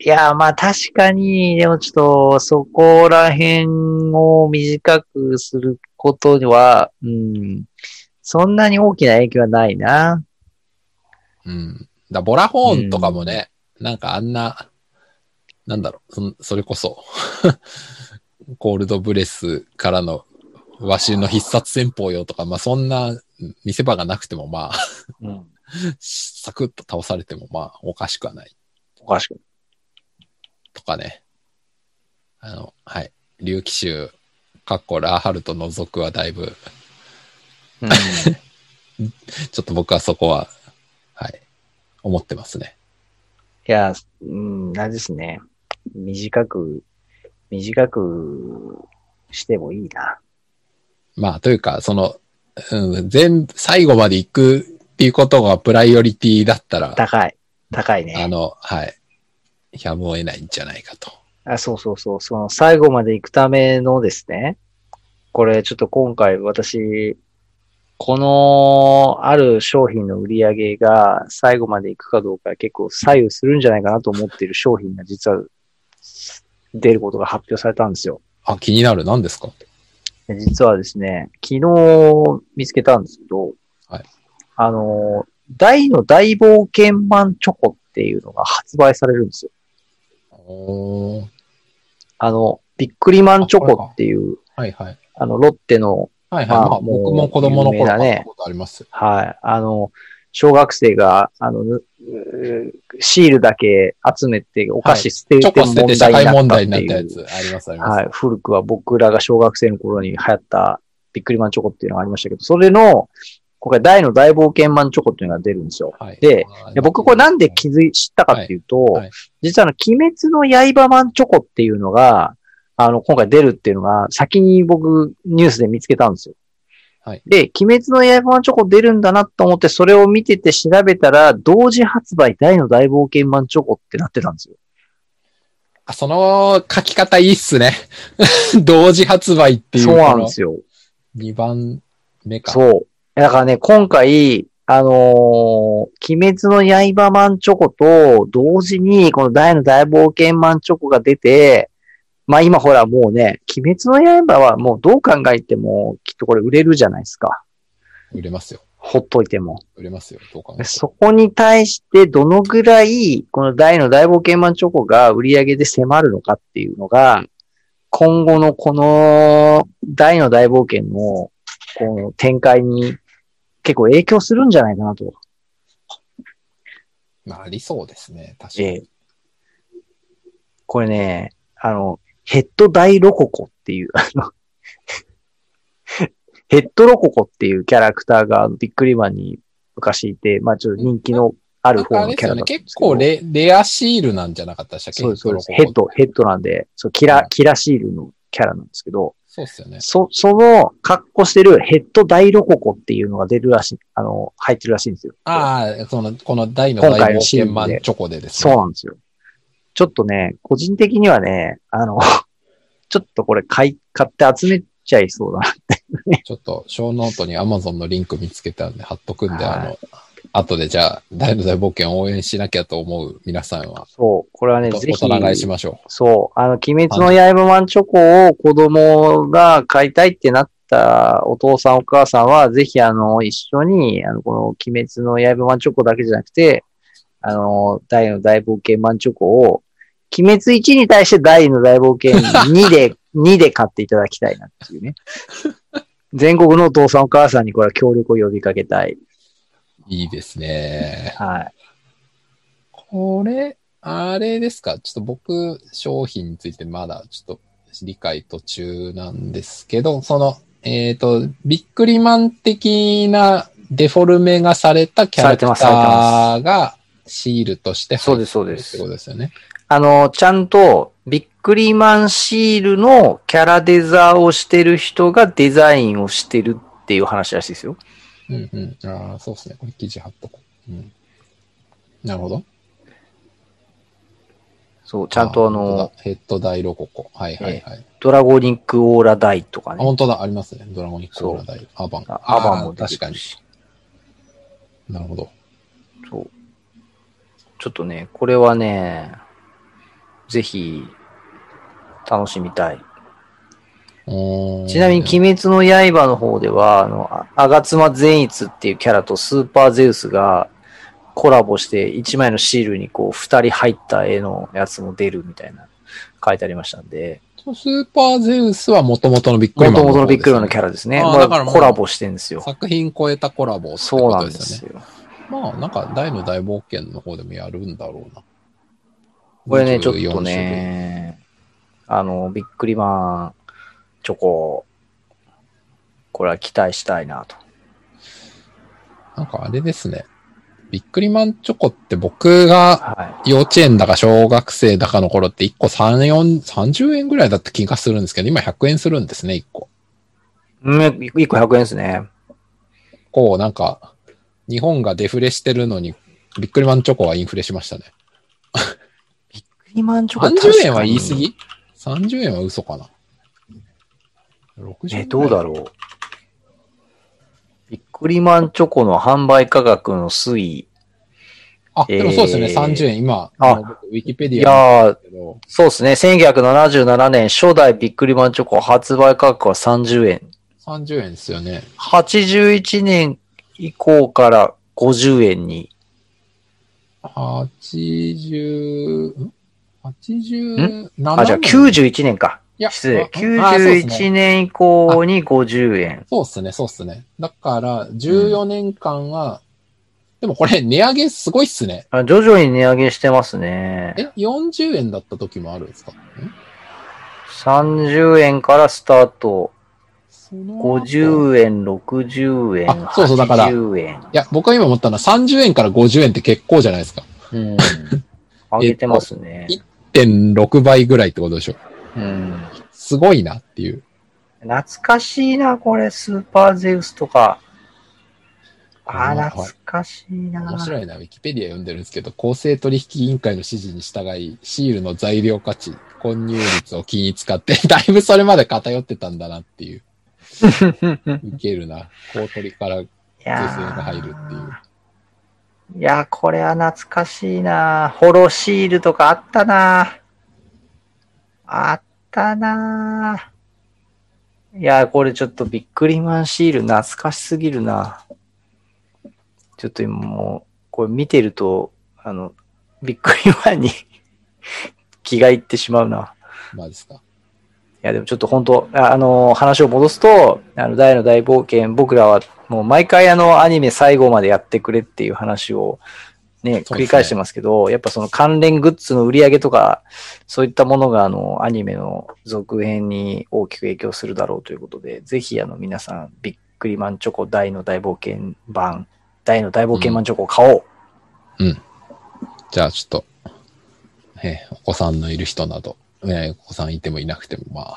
いやー、まあ確かに、でもちょっと、そこら辺を短くすることには、うん、そんなに大きな影響はないな。うん。だボラホーンとかもね、なんかあんな、なんだろう、そんそれこそ、 ゴールドブレスからのわしの必殺戦法よとか、まあそんな見せ場がなくてもまあ、 うん。サクッと倒されてもまあおかしくはないおかしく。とかね。あの、はい。竜騎衆、かっこラーハルト除くはだいぶ、うん、ちょっと僕はそこは、はい、思ってますね。いや、うん、なんですね。短く、短くしてもいいな。まあ、というか、その、うん、全部、最後まで行くっていうことがプライオリティだったら、高い。高いあね。の、はい。やむを得ないんじゃないかと。あそうそうそう。その最後まで行くためのですね。これちょっと今回私、このある商品の売り上げが最後まで行くかどうか結構左右するんじゃないかなと思っている商品が実は出ることが発表されたんですよ。あ、気になる。何ですかで実はですね、昨日見つけたんですけど、はいあの、大の大冒険マンチョコっていうのが発売されるんですよ。おーあの、びっくりマンチョコっていう、はいはい。あの、ロッテの、はいはい。ままああ、僕も子供のもう有名頃だね買ったことありますよ。はい、あの、小学生が、あの、ぬシールだけ集めてお菓子捨てチョてコ捨て問て題社会問になったっ題になてったいやう。つ。ありますあります。はい。古くは僕らが小学生の頃に流行ったビックリマンチョコっていうのがありましたけど、それの、今回大の大冒険マンチョコっていうのが出るんですよ。はい、であーで僕これなんで気づい、知ったかっていうと、はいはい実はあの、鬼滅の刃マンチョコっていうのが、あの、今回出るっていうのが、先に僕ニュースで見つけたんですよ。はいで、鬼滅の刃マンチョコ出るんだなと思って、それを見てて調べたら、同時発売大の大冒険マンチョコってなってたんですよ。あその書き方いいっすね。 同時発売っていう。そうなんですよ。 2番目か。そう。だからね、今回、あのー鬼滅の刃マンチョコと同時に、この大の大冒険マンチョコが出て、まあ今ほらもうね、鬼滅の刃はもうどう考えてもきっとこれ売れるじゃないですか。売れますよ。ほっといても。売れますよ。どうかな。そこに対してどのぐらい、この大の大冒険マンチョコが売り上げで迫るのかっていうのが、今後のこの大の大冒険のこの展開に結構影響するんじゃないかなと。まあ、ありそうですね。確かえに。えこれね、あの、ヘッド大ロココっていう、あの、 ヘッドロココっていうキャラクターがビックリマンに昔いて、まあちょっと人気のあなるんかあ方れでのキすャラよね。だったんで結すけど構レレアシールなんじゃなかったでしたっけそうです、そうです。黒ヘ子ッド、ヘッドなんで、そう、キラ、キラシールのキャラなんですけど、そうっすよね。そ、その格好してるヘッド大ロココっていうのが出るらしい、あの、入ってるらしいんですよ。ああ、その、この大の今回大冒のシー険ルでマンチョコでですそうね。なんですよ。ちょっとね、個人的にはね、あの、 ちょっとこれ買い、買って集めちゃいそうだな。ちょっと、小ノートに Amazon のリンク見つけたんで貼っとくんで、はいあの、後でじゃあ、大の大冒険を応援しなきゃと思う皆さんは、そう、これはね、おぜひ。大人買いしましょそう。あの、鬼滅の刃マンチョコを子供が買いたいってなったお父さんお母さんは、ぜひあの、一緒に、あの、この鬼滅の刃マンチョコだけじゃなくて、あの、大の大冒険マンチョコを、鬼滅1に対して大の大冒険2で、2で 買っていただきたいなっていうね。全国のお父さんお母さんにこれは協力を呼びかけたい。う。いいですね。はい。これ、あれですかちょっと僕、商品についてまだちょっと理解途中なんですけど、その、えっ、と、ビックリマン的なデフォルメがされたキャラクタされてまーがシールとしてそう入でっす、そうてるっでてすこ。とですよね。あの、ちゃんと、ビックリマンシールのキャラデザーをしてる人がデザインをしてるっていう話らしいですよ。うんうん。ああ、そうですね。これ記事貼っとこう。うん。なるほど。そう、ちゃんとあーの、、本当だヘッド大ロココ。はいはいはい。ドラゴニックオーラダイとかあ、ね。本当だ、ありますね。ドラゴニックオーラ大。アバン。あアバンあもー出確てくかるに。し。なるほど。そう。ちょっとね、これはね、ぜひ、楽しみたい。ちなみに、君鬼滅の刃の方では、あの、あアガツマ善逸っていうキャラとスーパーゼウスがコラボして、一枚のシールにこう、二人入った絵のやつも出るみたいな、書いてありましたんで、スーパーゼウスは元々のビックリもマンとの方ですね。もとのビッグローのキャラですね。あーまあだからもうコラボしてんですよ。作品超えたコラボってそうこなとんでですよね。すよ。まあ、なんか、大の大冒険の方でもやるんだろうな。これね、ちょ24っとね、あの、ビックリマンチョコ、これは期待したいなと。種類。なんかあれですね。ビックリマンチョコって僕がは幼稚園だか小学生だかの頃って1個3、4、30円ぐらいだった気がするんですけど、今100円するんですね、1個。い。うん、1個100円ですね。こう、なんか、日本がデフレしてるのに、ビックリマンチョコはインフレしましたね。ビックリマンチョコ30円は言い過ぎ ?30 円は嘘かな。60円え、どうだろう。ビックリマンチョコの販売価格の推移。あ、でもそうですね、えー30円。今、ああの僕ウィキペデいィア見たんやー、ですけど、そうですね。1977年、初代ビックリマンチョコ発売価格は30円。 30円ですよね。 81年以降から50円に。 80、ん ?87 あ、じゃあ91年か。いや失礼。ああそうですね91年以降に50円。そうっすね、そうっすね。だから、14年間は、でもこれ、値上げすごいっすね。あ徐々に値上げしてますね。え、40円だった時もあるんですかん30円からスタート。その後50円、60円、あそうそうだから80円。いや、僕が今思ったのは30円から50円って結構じゃないですか。うん。上げてますね。 1.6倍ぐらいってことでしょ。うん。すごいなっていう。懐かしいな、これ、スーパーゼウスとか。はあいー、懐かしいな面。白いな、ウィキペディア読んでるんですけど、公正取引委員会の指示に従い、シールの材料価値、混入率を気に使って、 だいぶそれまで偏ってたんだなっていう。ウケるな。コウ取りから女いや性が入るっていーう。いやー、これは懐かしいな。ホロシールとかあったな。あったな。いやー、これちょっとビックリマンシール懐かしすぎるな。ちょっと今もう、これ見てると、あの、ビックリマンに 気がいってしまうな。まあですか。いや、でもちょっと本当、ああのー話を戻すと、あの、大の大冒険、僕らはもう毎回あの、アニメ最後までやってくれっていう話をね、すね繰り返してますけど、やっぱその関連グッズの売り上げとか、そういったものがあの、アニメの続編に大きく影響するだろうということで、ぜひあの、皆さん、ビックリマンチョコ大の大冒険版、大の大冒険マンチョコを買おう。じゃあちょっと、えーお子さんのいる人など、えーお子さんいてもいなくても、まあ、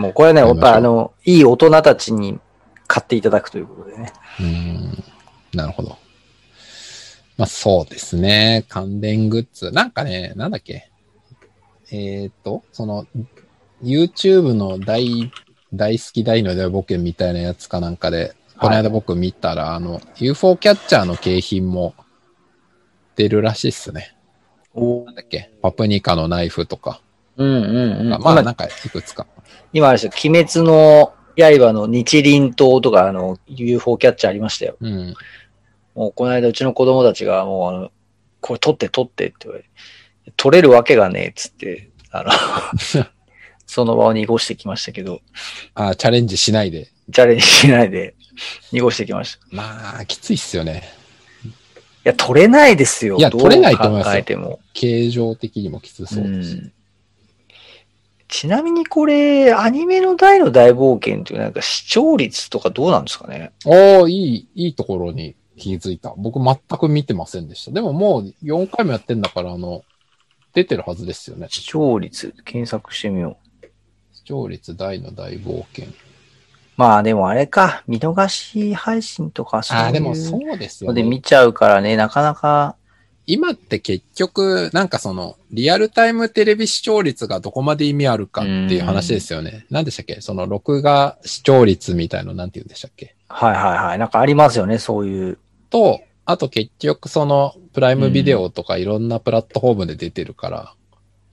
もうこれね、や買いっましょうぱあの、いい大人たちに買っていただくということでね。うーんなるほど。まあそうですね。関連グッズ。なんかね、なんだっけ。えっ、と、その、YouTube の大、大好き大の大冒険みたいなやつかなんかで、このは間い僕見たら、あの、UFO キャッチャーの景品も出るらしいっすね。おなんだっけ。パプニカのナイフとか。うんうんうん。まあなんかいくつか。今あれですよ、鬼滅の刃の日輪刀とか、あの、UFO キャッチャーありましたよ。うん。もうこの間うちの子供たちが、もうあの、これ取って取ってって言われて、取れるわけがねえっつって、あの、 その場を濁してきましたけど、あーチャレンジしないで。チャレンジしないで濁してきました。まあ、きついっすよね。や、取れないですよ。いやどう取れないと思いますよ考えても。形状的にもきつそううだし。んちなみにこれ、アニメの大の大冒険っていうなんか視聴率とかどうなんですかねおー、いい、いいところに気づいた。僕全く見てませんでした。でももう4回もやってんだから、あの、出てるはずですよね。視聴率、検索してみよう。視聴率大の大冒険。まあでもあれか、見逃し配信とかそうああ、でもいうそうですよのでね見。ちゃうからね、なかなか、今って結局、なんかその、リアルタイムテレビ視聴率がどこまで意味あるかっていう話ですよね。何でしたっけその、録画視聴率みたいの、なんて言うんでしたっけはいはいはい、なんかありますよね、そういう。と、あと結局その、プライムビデオとかいろんなプラットフォームで出てるから、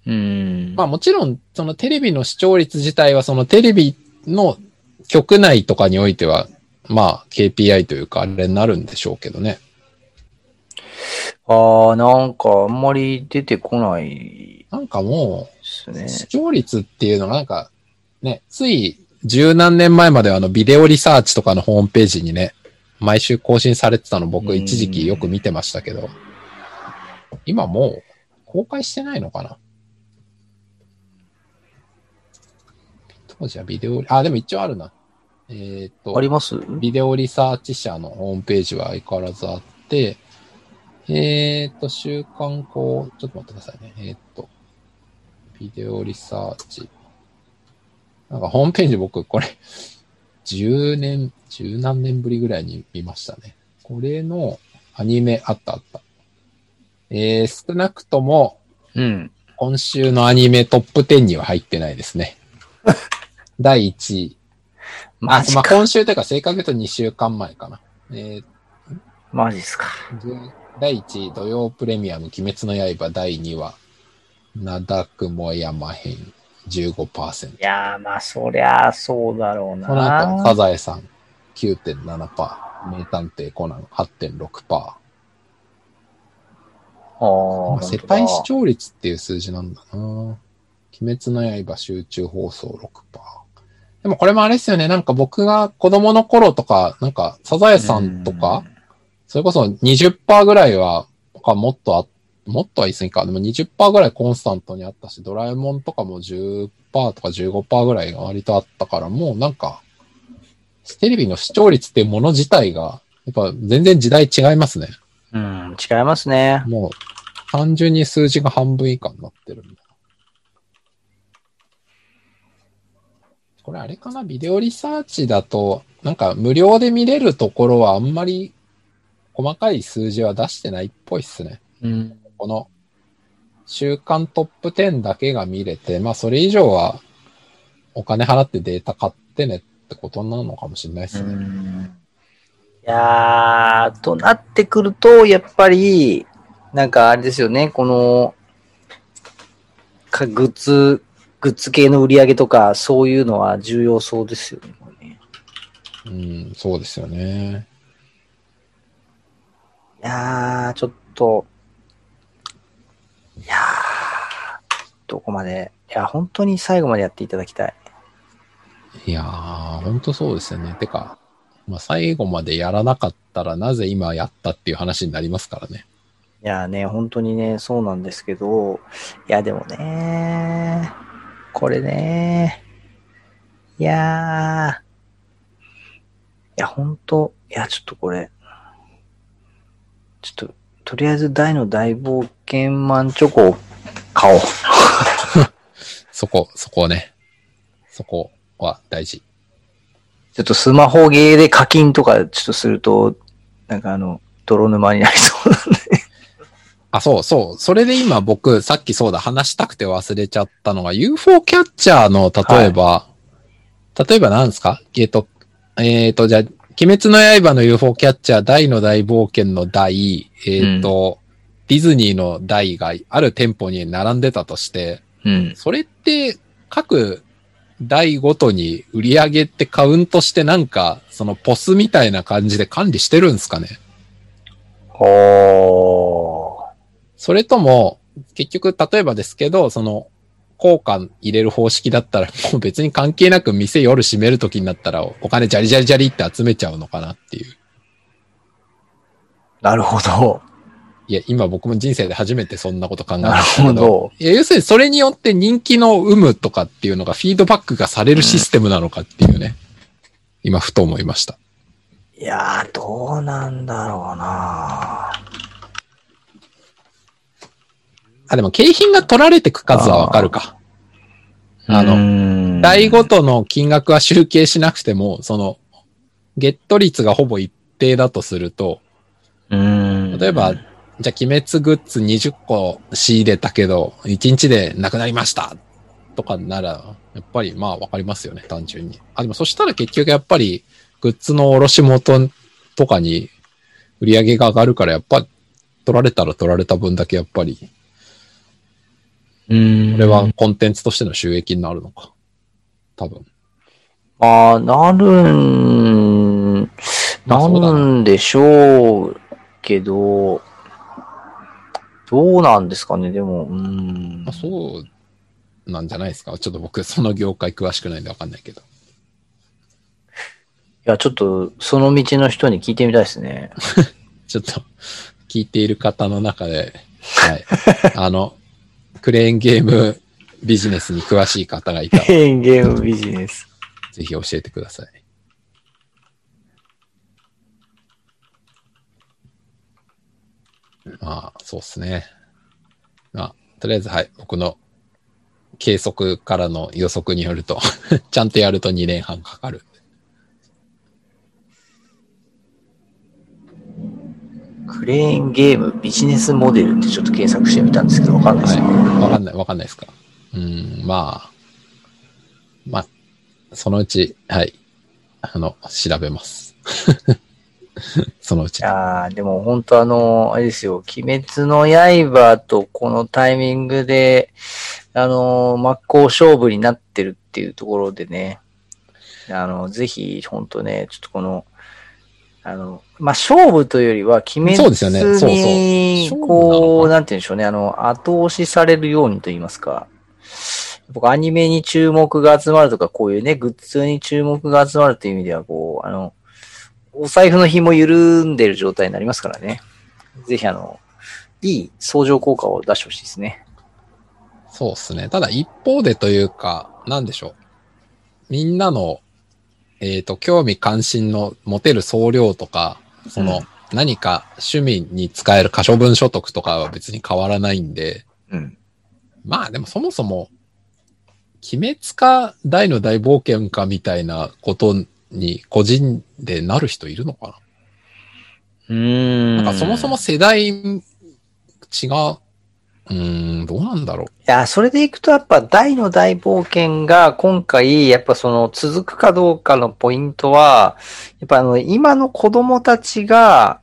うん。まあもちろん、そのテレビの視聴率自体は、そのテレビの局内とかにおいては、まあ KPI というか、あれになるんでしょうけどね。ああ、なんかあんまり出てこないなんかもですう、ね。視聴率っていうのがなんか、ね、つい十何年前まではあのビデオリサーチとかのホームページにね、毎週更新されてたのう僕ん一時期よく見てましたけど、今もう公開してないのかな当時はビデオリ、あ、でも一応あるな。えーっとあ、りますビデオリサーチ社のホームページは相変わらずあって、えー、と、週刊こう、ちょっと待ってくださいね。えー、と、ビデオリサーチ。なんかホームページ僕、これ、10年、十何年ぶりぐらいに見ましたね。これのアニメ、あったあった。えー、少なくとも、うん。今週のアニメトップ10には入ってないですね。第1位。マジまあ、か。今週というか、正確に言うと2週間前かな。えマジっすか。ーで第1位、土曜プレミアム、鬼滅の刃、第2話、灘雲山編、15%。いやー、まあそりゃあそうだろうな。この後、サザエさん、9.7%、名探偵コナン、8.6%。あまあ、あ、世帯視聴率っていう数字なんだな。鬼滅の刃集中放送6%。でもこれもあれですよね。なんか僕が子供の頃とか、なんかサザエさんとか、それこそ20%ぐらいは、かもっとあ、もっとは言い過ぎか。でも20%ぐらいコンスタントにあったし、ドラえもんとかも10%とか15%ぐらいが割とあったから、もうなんか、テレビの視聴率っていうもの自体が、やっぱ全然時代違いますね。うん、違いますね。もう、単純に数字が半分以下になってるんだ。これあれかなビデオリサーチだと、なんか無料で見れるところはあんまり細かい数字は出してないっぽいっすね。うん。この週間トップ10だけが見れて、まあそれ以上はお金払ってデータ買ってねってことなのかもしれないですね。いやー、となってくると、やっぱり、なんかあれですよね、この、かグッズ、グッズ系の売り上げとか、そういうのは重要そうですよね。これねうん、そうですよね。いやー、ちょっと、いやー、どこまで、いや、本当に最後までやっていただきたい。いやー、ほんとそうですよね。てか、まあ、最後までやらなかったらなぜ今やったっていう話になりますからね。いやね、本当にね、そうなんですけど、いやでもね、これね、いやー、いや本当、いやちょっとこれ、ちょっと、とりあえず大の大冒険マンチョコを買おう。そこ、そこね。そこは大事。ちょっとスマホゲーで課金とかちょっとすると、なんかあの、泥沼になりそうなんで。あ、そうそう。それで今僕、さっきそうだ、話したくて忘れちゃったのが、UFO キャッチャーの、例えば、例えば何ですかえっと、えっ、と、じゃあ、鬼滅の刃の UFO キャッチャー、大の大冒険の大、えっ、と、ディズニーの大がある店舗に並んでたとして、うん。それって各台ごとに売り上げってカウントしてなんか、そのポスみたいな感じで管理してるんですかねおー。それとも、結局、例えばですけど、その、交換入れる方式だったら、もう別に関係なく店夜閉める時になったら、お金ジャリジャリジャリって集めちゃうのかなっていう。なるほど。いや、今僕も人生で初めてそんなこと考えなまるしたほけど。ど。いや要するにそれによって人気の有無とかっていうのがフィードバックがされるシステムなのかっていうね。今、ふと思いました。いやー、どうなんだろうなあ、でも景品が取られてく数はわかるか。あのの台ごとの金額は集計しなくても、その、ゲット率がほぼ一定だとすると、うん。例えば、じゃあ鬼滅グッズ20個仕入れたけど、1日でなくなりましたとかなら、やっぱりまあわかりますよね、単純に。あ、でもそしたら結局やっぱり、グッズの卸元とかに売り上げが上がるから、やっぱ取られたら取られた分だけやっぱり、うん。これはコンテンツとしての収益になるのか。多分。ああ、なるん、まあなそうだなるんでしょうけど、どうなんですかね、でも、うんまあ、。そうなんじゃないですか。ちょっと僕、その業界詳しくないんでわかんないけど。いや、ちょっと、その道の人に聞いてみたいですね。ちょっと、聞いている方の中で、はい。 あの、クレーンゲームビジネスに詳しい方がいた ら、ぜ変ゲームビジネス。ひ教えてください。まあ、そうっすね。まあ、とりあえず、はい、僕の計測からの予測によると、 ちゃんとやると2年半かかる。クレーンゲームビジネスモデルってちょっと検索してみたんですけど、わかんないですね。はい。わかんない、わかんないですか。うん、まあ、まあ、そのうち、はい、あの、調べます。 そのうち。いやーでも本当あの、あれですよ、鬼滅の刃とこのタイミングで、あのー、真っ向勝負になってるっていうところでね、あの、ぜひ本当ね、ちょっとこの、あの、まあ、勝負というよりは、鬼そう滅ですよねそうそうに、勝負なのかこう、なんて言うんでしょうね、あの、後押しされるようにと言いますか、僕アニメに注目が集まるとか、こういうね、グッズに注目が集まるという意味では、こう、あの、お財布の紐緩んでる状態になりますからね。ぜひあの、いい相乗効果を出してほしいですね。そうですね。ただ一方でというか、なんでしょう。みんなの、えっ、と、興味関心の持てる総量とか、その、うん何か趣味に使える可処分所得とかは別に変わらないんで、うん。まあでもそもそも、鬼滅か大の大冒険かみたいなことに個人でなる人いるのかうん。ななんかそもそもい世代違う。うーん、どうなんだろや、それでいくとやっぱ大の大冒険が今回、やっぱその続くかどうかのポイントは、やっぱあの、今の子供たちが、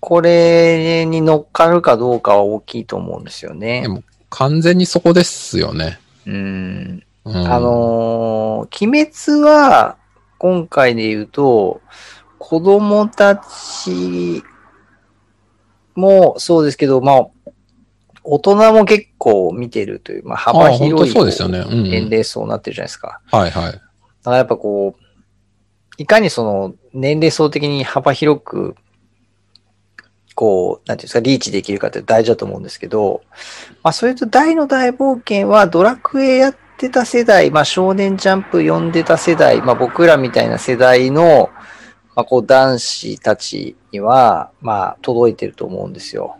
これに乗っかるかどうかは大きいと思うんですよでね。もう。完全にそこですよね。うん。うん、あのー鬼滅は、今回で言うと、子供たちもそうですけど、まあ、大人も結構見てるという、まあ、あ幅あ、本当広いそうですよね。うん、年齢層になってるじゃないですか。はいはい。だからやっぱこう、いかにその年齢層的に幅広く、こう、なんていうんですか、リーチできるかって大事だと思うんですけど、まあそれと大の大冒険はドラクエやってた世代、まあ少年ジャンプ読んでた世代、まあ僕らみたいな世代の、まあこう男子たちには、まあ届いてると思うんですよ。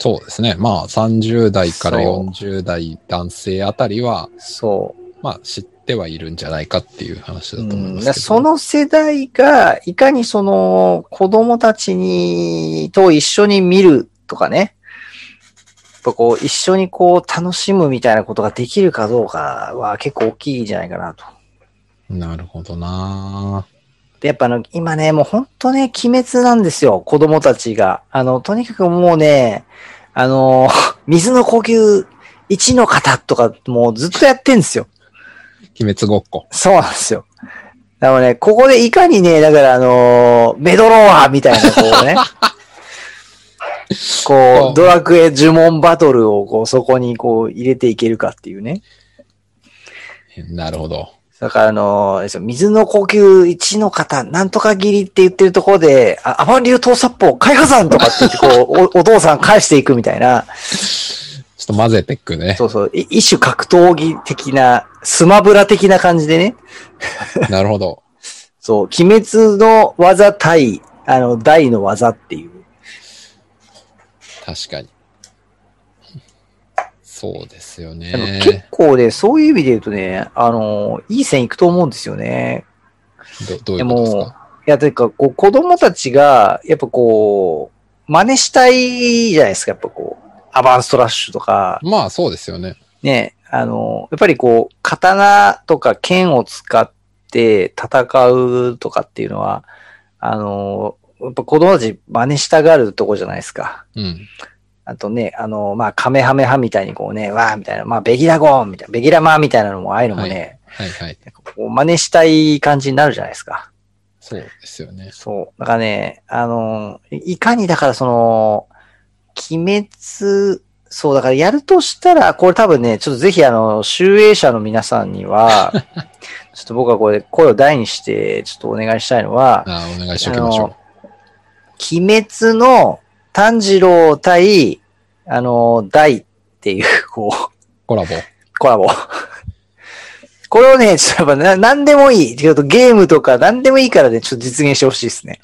そうですね。まあ30代からそう40代男性あたりは、そう。まあ知ってはいるんじゃないかっていう話だと思いうまんだすからけど。その世代が、いかにその子供たちに、と一緒に見るとかね、やっぱこう一緒にこう楽しむみたいなことができるかどうかは結構大きいんじゃないかなと。なるほどなぁで、やっぱあの、今ね、もう本当ね、鬼滅なんですよ、子供たちが。あの、とにかくもうね、あの、 水の呼吸1の方とか、もうずっとやってんですよ。鬼滅ごっこ。そうなんですよ。だからね、ここでいかにね、だからあのーメドローアみたいな、こ うね、こうんう、ドラクエ呪文バトルをこう、そこにこう、入れていけるかっていうね。なるほど。だからあの、あれですよ水の呼吸一の方、なんとか切りって言ってるところで、あアバン流盗殺法、開破山とかって言っ て、こうお、お父さん返していくみたいな、ちょっと混ぜていくね。そうそう、い一種格闘技的な、スマブラ的な感じでね、なるほど。そう、鬼滅の技対、あの、大の技っていう。確かに。そうですよでも結ね。構ね、そういう意味で言うとね、あの、いい線いくと思うんですよね。どどういうことですかいや、というか、こう、子供たちが、やっぱこう、真似したいじゃないですか、やっぱこう、アバンストラッシュとか、まあそうですよね。ね、あの、やっぱりこう、刀とか剣を使って戦うとかっていうのは、あの、やっぱ子供たち真似したがるとこじゃないですか。うん。あとね、あの、まあ、カメハメハみたいにこうね、わーみたいな、まあ、ベギラゴーンみたいな、ベギラマーみたいなのも、ああいうのもね、はいはい。こう真似したい感じになるじゃないですか。そうですよね。そう。だからね、あの、いいかにだからその、鬼滅、そう、だからやるとしたら、これ多分ね、ちょっとぜひあの、集英者の皆さん には、ちょっと僕はこれ声を大にして、ちょっとお願いしたいのは、あーお願いしておきましょう。鬼滅の炭治郎対、あの、大っていう、こう、コラボ。コラボ。 これをね、ちょっとやっぱな、なんでもいい。ちょっとゲームとかなんでもいいからね、ちょっと実現してほしいですね。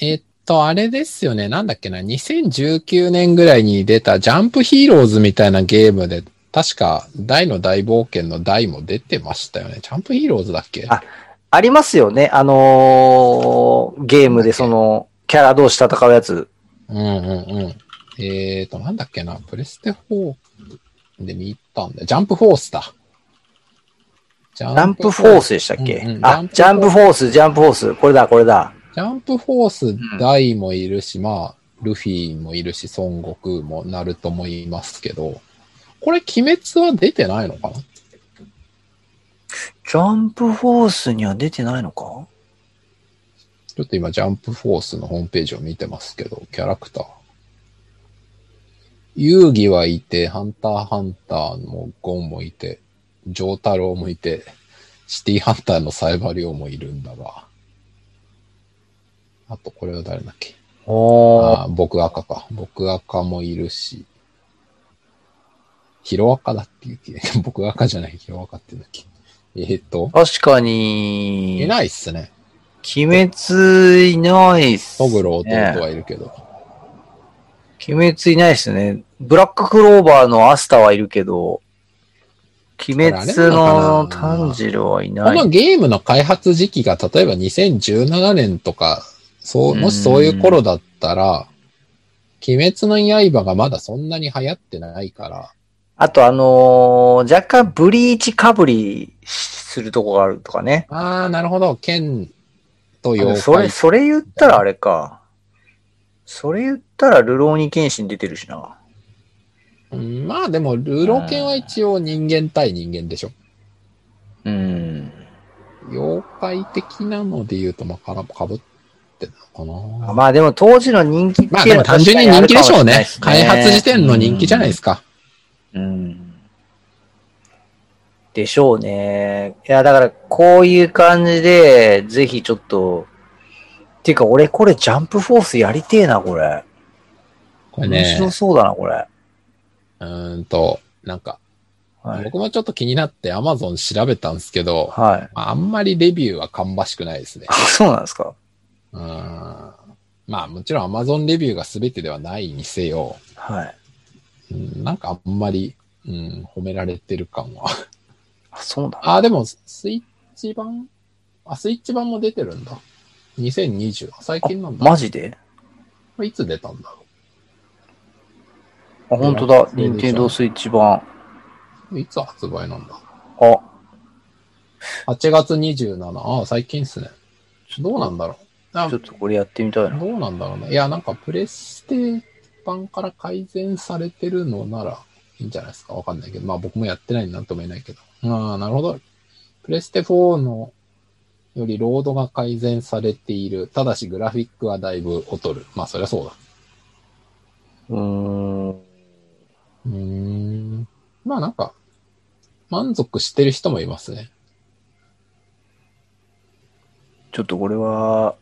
えっと、あれですよね。なんだっけな。2019年ぐらいに出たジャンプヒーローズみたいなゲームで、確か大の大冒険の大も出てましたよね。ジャンプヒーローズだっけあありますよね。あのーゲームでその、キャラ同士戦うやつ。うんうんうん。えっと、なんだっけな。プレステ4で見たんだ。ジャンプフォースだ。ジジャンプフォースでしたっけ、うんうんあ、ジャンプフォース、ジャンプフォース。これだ、これだ。ジャンプフォース、ダイもいるし、まあ、ルフィもいるし、孫悟空もナルトもいますけど、これ、鬼滅は出てないのかなジャンプフォースには出てないのかちょっと今、ジャンプフォースのホームページを見てますけど、キャラクター。遊戯はいて、ハンターハンターのゴンもいて、ジョータロウもいて、シティハンターのサイバリオもいるんだが。あと、これは誰だっけおー。あー僕赤か。僕赤もいるし。ヒロアカだっていうけ。 僕赤じゃない、ヒロアカっていうんだっけ。えーっと、確かいに、ないっすね。鬼滅いないっす、ね。トグロ弟はいるけど。鬼滅いないですね。ブラッククローバーのアスタはいるけど、鬼滅の炭治郎はいこなのい。ゲームの開発時期が、例えば2017年とか、そう、もしそういう頃だったら、鬼滅の刃がまだそんなに流行ってないから、あとあのー若干ブリーチかぶりするとこがあるとかね。あー、なるほど、剣とあの妖それ、怪。それ言ったらあれか。それ言ったらルローニケンシン出てるしな。うんまあでも、ルロケンは一応人間対人間でしょ。うん。妖怪的なので言うと、まあ、からかぶってたのかな。まあでも当時の人気ってまあいでうものは単確純かににあ人る気かでもしょうれないねっ。すね。開発時点の人気じゃないですか。うんでしょうね。いや、だから、こういう感じで、ぜひちょっと、っていうか、俺これジャンプフォースやりてえな、これ。これ面ね、白そうだな、これ。うーんと、なんか、はい。僕もちょっと気になって Amazon 調べたんですけど、はい。まああんまりレビューは芳しくないですねあ。そうなんですか。うーんまあもちろん Amazon レビューが全てではないにせよ、はい。うんなんかあんまり、うん、褒められてる感は。あ、そうだ。あ、でもスイッチ版あ、スイッチ版も出てるんだ。2020。あ最近なんだ。マジでこれいつ出たんだろあ、本当だ。そうでしょ任天堂スイッチ版。ういつ発売なんだあ、 ?8 月27。ああ、最近っすね。どうなんだろうあちょっとこれやってみたいな。どうなんだろうね。いや、なんかプレステ版から改善されてるのならいいんじゃないですか。わかんないけど。まあ僕もやってないんでなんとも言えないけど。ああ、なるほど。プレステ4のよりロードが改善されている。ただしグラフィックはだいぶ劣る。まあそりゃそうだ。うーん。うーん。まあなんか、満足してる人もいますね。ちょっとこれは、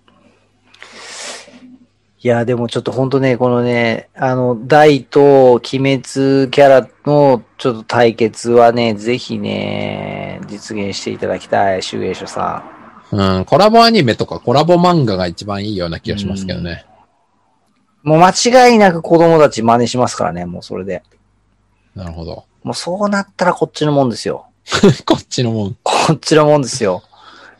いや、でもちょっとほんとね、このね、あの、大と鬼滅キャラのちょっと対決はね、ぜひね、実現していただきたい、集英書さん。うん、コラボアニメとかコラボ漫画が一番いいような気がしますけどね。もう間違いなく子供たち真似しますからね、もうそれで。なるほど。 もうそうなったらこっちのもんですよ。こっちのもん。こっちのもんですよ。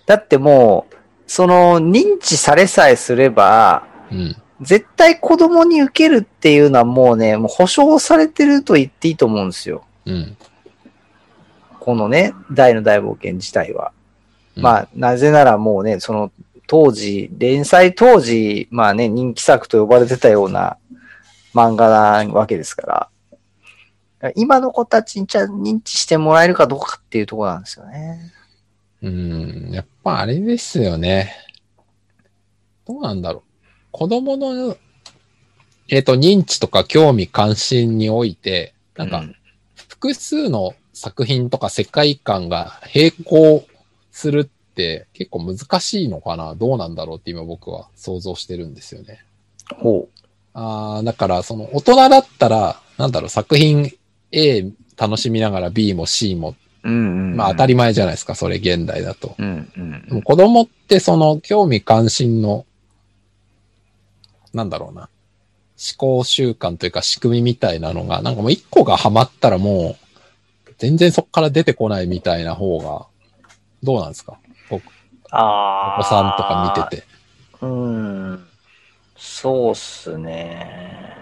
だってもう、その、認知されさえすれば、うん。絶対子供に受けるっていうのはもうね、もう保証されてると言っていいと思うんですよ。うん。このね、大の大冒険自体は。うんまあ、なぜならもうね、その当時、連載当時、まあね、人気作と呼ばれてたような漫画なわけですから。今の子たちにじゃあ認知してもらえるかどうかっていうところなんですよね。うん。やっぱあれですよね。どうなんだろう。子供の、えっ、と、認知とか興味関心において、なんうか、複数の作品とか世界観が並行するって結構難しいのかなどうなんだろうって今僕は想像してるんですよね。ほああ、だから、その、大人だったら、なんだろう、作品 A 楽しみながら B も C も、う。うんうん。まあ当たり前じゃないですか、それ現代だと。うんうでもん。子供ってその、興味関心の、なんだろうな、思考習慣というか仕組みみたいなのが、なんかもう一個がハマったらもう、全然そこから出てこないみたいな方が、どうなんですかあお子さんとか見てて。て。うん。そうっすね。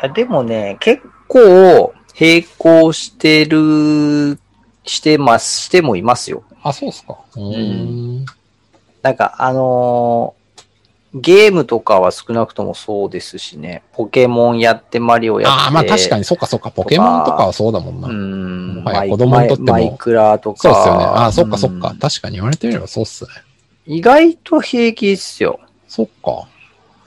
あでもね、結構、並行してる、してます、してもいますよ。あ、そうっすか。うーん。なんか、あのーゲームとかは少なくともそうですしね。ポケモンやって、マリオやって。ああ、まあ確かに、そうかそうか、ポケモンとかはそうだもんな。うん。もはやマイ子供にとってもマイマイクラとか。そうっすよね。ああ、そっかそっうかん。確かに言われてみればそうっすね。意外と平気っすよ。そっか。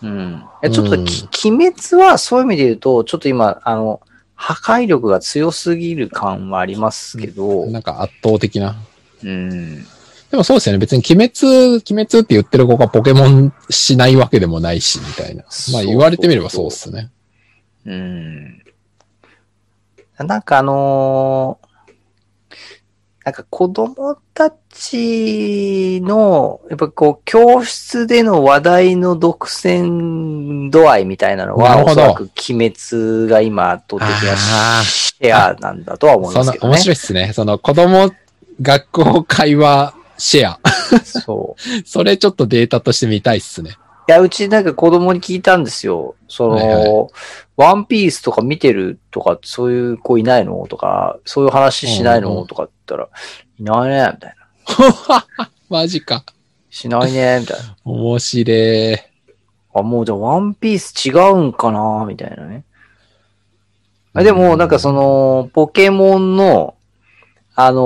うん。えちょっとうんき、鬼滅はそういう意味で言うと、ちょっと今、あの、破壊力が強すぎる感はありますけど、なんか圧倒的な。うん。でもそうですよね。別に鬼滅、鬼滅って言ってる子がポケモンしないわけでもないし、みたいな。まそうそうあそう言われてみればそうっすね。うん。なんかあのーなんか子供たちの、やっぱこう、教室での話題の独占度合いみたいなのなは、るおほそどらく鬼滅が今圧倒的なあーシェアなんだとは思いそまんすなけ、どね。面白いっすね。その子供、学校会話、シェア。 そう。それちょっとデータとして見たいっすね。いや、うちなんか子供に聞いたんですよ。その、はいはワンピースとか見てるとか、そういう子いないのとか、そういう話しないの、うんうんとかって言ったら、いないね、みたいな。マジか。しないね、みた いな。面白い。あ、もうじゃあワンピース違うんかな、みたいなね。あでも、なんかその、ポケモンの、あの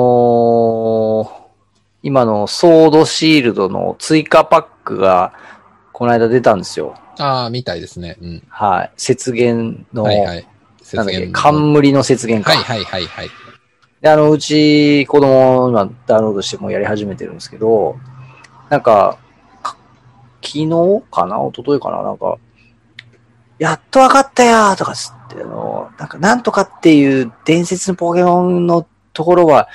ー今のソードシールドの追加パックが、この間出たんですよ。ああ、みたいですね。うん。はい。雪原の、はいはい。なんだ節っけ、減冠の雪原か。はいはいはいはい。で、あの、うち、子供、今、ダウンロードしてもうやり始めてるんですけど、なんか、か昨日かな一昨日かななんか、やっとわかったよーとかつって、あの、なんか、なんとかっていう伝説のポケモンのところは、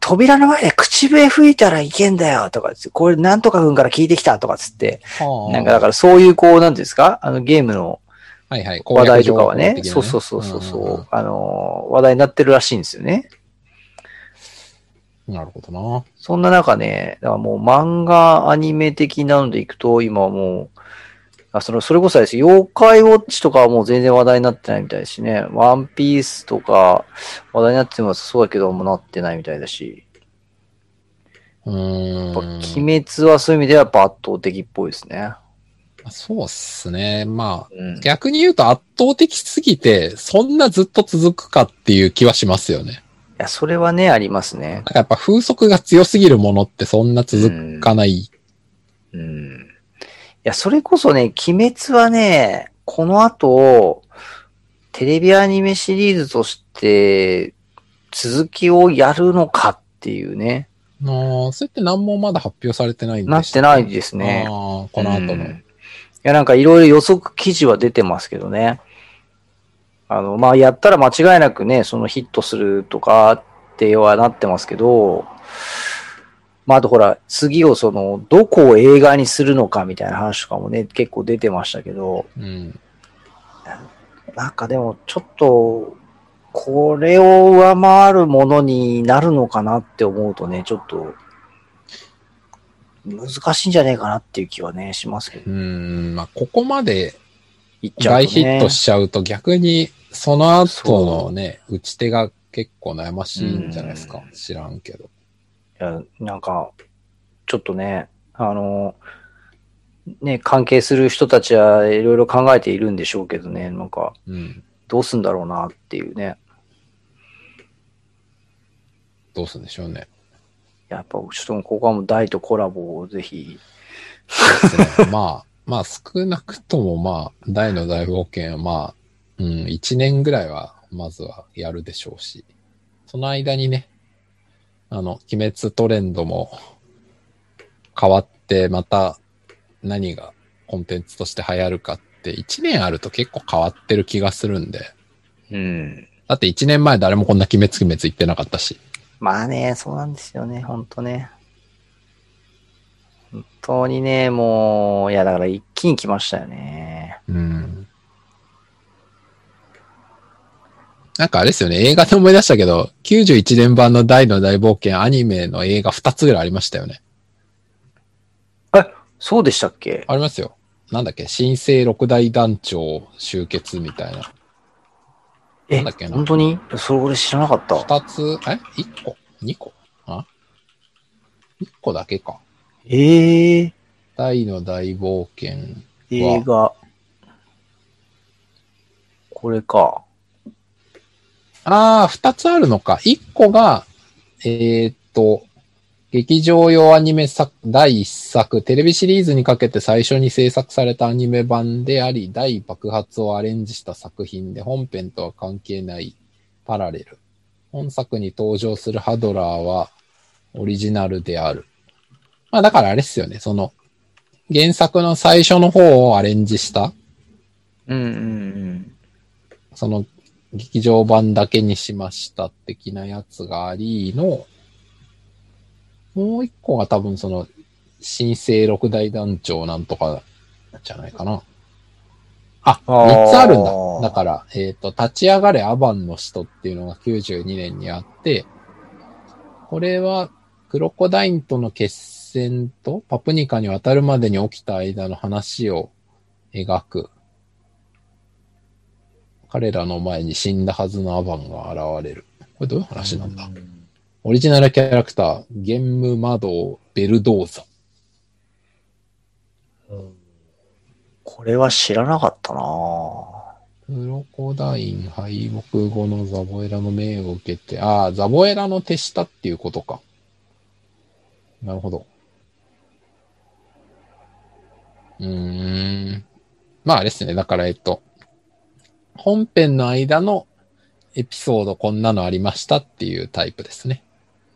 扉の前で口笛吹いたらいけんだよとかつって、これなんとか君から聞いてきたとかつって、はあなんかだからそういうこう、なんていうんですかあのゲームのはいはい。話題とかはね、そうそうそうそうそう、そあの、話題になってるらしいんですよね。うん。なるほどな。そんな中ね、だからもう漫画、アニメ的なのでいくと、今はもう、あそのそれこそあれですよ妖怪ウォッチとかはもう全然話題になってないみたいですしね。ワンピースとか話題になってもそうだけど、もうなってないみたいだし。うーやっぱ鬼ん。滅はそういう意味ではやっぱ圧倒的っぽいですね。そうっすね。まあ、うん。逆に言うと圧倒的すぎて、そんなずっと続くかっていう気はしますよね。いや、それはね、ありますねなん。かやっぱ風速が強すぎるものってそんな続うんかない。うん。いや、それこそね、鬼滅はね、この後、テレビアニメシリーズとして、続きをやるのかっていうね。ああ、それって何もまだ発表されてないんなでっすてないですね。ああ、この後うの。んいや、なんかいろいろ予測記事は出てますけどね。あの、まあ、やったら間違いなくね、そのヒットするとかってはなってますけど、まあ、あとほら、次をその、どこを映画にするのかみたいな話とかもね、結構出てましたけど、うん。なんかでもちょっと、これを上回るものになるのかなって思うとね、ちょっと、難しいんじゃねえかなっていう気はね、しますけどう。ん、まあ、ここまでいっちゃう大とヒッねトしちゃうと逆に、その後のね、打ち手が結構悩ましいんじゃないですかう。ん知らんけど。いや、なんか、ちょっとね、あの、ね、関係する人たちはいろいろ考えているんでしょうけどね、なんか、うん。どうすんだろうなっていうね。どうするんでしょうね。やっぱ、ちょっともうここはもう大とコラボをぜひ、ですねまあ、まあ少なくともまあ、大の大冒険はまあ、うん、1年ぐらいはまずはやるでしょうし、その間にね、あの、鬼滅トレンドも変わって、また何がコンテンツとして流行るかって、1年あると結構変わってる気がするんで、うん。だって1年前誰もこんな鬼滅鬼滅言ってなかったし、まあね、そうなんですよね、ほんとね。本当にね、もう、いや、だから一気に来ましたよね。うん。なんかあれですよね、映画で思い出したけど、91年版の大の大冒険アニメの映画2つぐらいありましたよね。そうでしたっけありますよ。なんだっけ、新生六大団長集結みたいな。え、んだっけな本当にそれ俺知らなかった。 2つ、え ?1 個 ?2 個あ ?1 個だけか。ええ大の大冒険。映画。これか。ああ、2つあるのか。1個が、えーっと、劇場用アニメ作、第1作、テレビシリーズにかけて最初に制作されたアニメ版であり、大爆発をアレンジした作品で、本編とは関係ないパラレル。本作に登場するハドラーはオリジナルである。まあだからあれっすよね、その、原作の最初の方をアレンジした、うんうんうん。その劇場版だけにしました的なやつがありの、もう一個が多分その、新生六大団長なんとかじゃないかな。あ、あー三つあるんだ。だから、えっ、と、立ち上がれアバンの人っていうのが92年にあって、これはクロコダインとの決戦とパプニカに渡るまでに起きた間の話を描く。彼らの前に死んだはずのアバンが現れる。これどういう話なんだ、オリジナルキャラクター、ゲンムマドウベルドーザ。これは知らなかったなぁクロコダイン敗北後のザボエラの命を受けて、ああ、ザボエラの手下っていうことか。なるほど。うーん。まああれですね。だから、えっと、本編の間のエピソードこんなのありましたっていうタイプですね。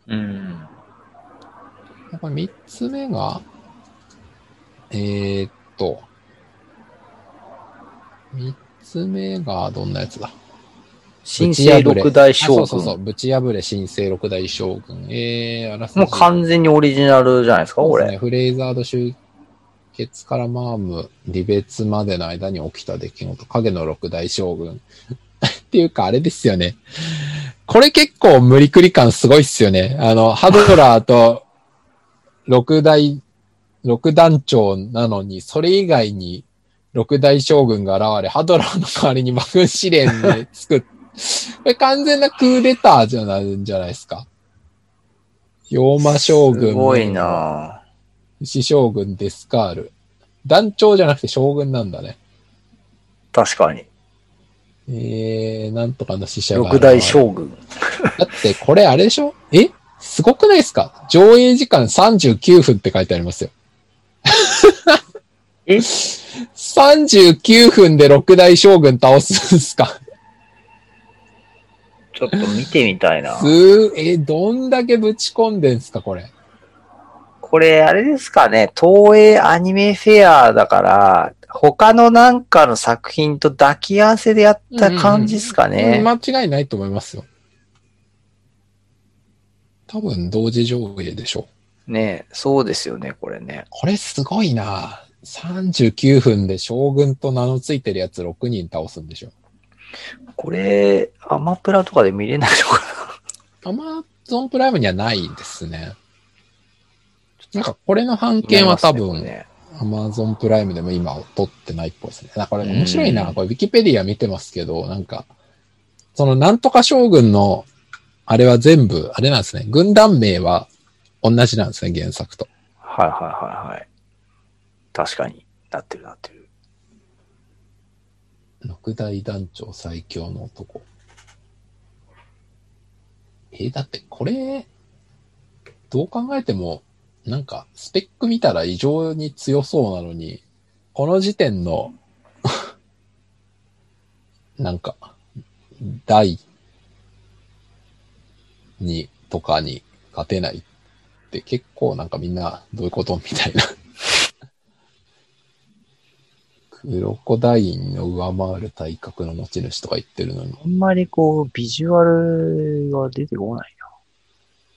うん。これ三つ目が、えーっと、三つ目がどんなやつだ新生六大あそ将うそうそ軍う。。ぶち破れ新生六大将軍。えー、あらすじもう完全にオリジナルじゃないですか、そうこですねれ。フレイザード集結からマーム、離別までの間に起きた出来事、影の六大将軍。 っていうか、あれですよね。これ結構無理くり感すごいっすよね。あの、ハドラーと六大、六団長なのに、それ以外に六大将軍が現れ、ハドラーの代わりに幕軍試練で作っ これ完全なクーデターじゃないじゃないですか。妖魔将軍。すごいなぁ四将軍デスカール。団長じゃなくて将軍なんだね。確かに。えー、なんとかの死者が現六れ。大将軍。だってこれあれでしょえすごくないですか上映時間39分って書いてありますよ。え ?39 分で六大将軍倒すんですかちょっと見てみたいなすー、え、どんだけぶち込んでんすかこれ。これ、あれですかね、東映アニメフェアだから、他のなんかの作品と抱き合わせでやった感じですかね。間違いないと思いますよ。多分同時上映でしょう。ねそうですよね、これね。これすごいな39分で将軍と名のついてるやつ6人倒すんでしょ。これ、アマプラとかで見れないのアかなマゾンプライムにはないですね。なんかこれの版権は多分、ねアマゾンプライムでも今取ってないっぽいですね。なんかこれうん面白いな。これウィキペディア見てますけど、なんか、そのなんとか将軍の、あれは全部、あれなんですね。軍団名は同じなんですね、原作と。はいはいはいはい。確かになってるなってる。六大団長最強の男。えーだってこれ、どう考えても、なんか、スペック見たら異常に強そうなのに、この時点の、 なんか、第2とかに勝てないって結構なんかみんなどういうことみたいな。 クロコダインの上回る体格の持ち主とか言ってるのに。あんまりこう、ビジュアルが出てこない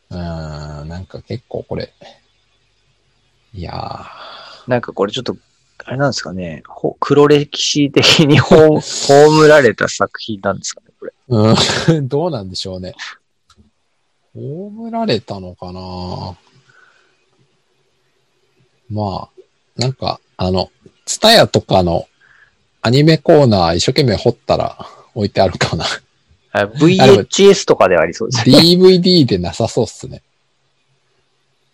な。うーん、なんか結構これ。いやー。なんかこれちょっと、あれなんですかね、ほ黒歴史的にほ 葬られた作品なんですかね、これ。うん、 どうなんでしょうね。葬られたのかなまあ、なんか、あの、ツタヤとかのアニメコーナー一生懸命掘ったら置いてある かな。あるほど VHS とかではありそうですね。 DVD でなさそうっすね。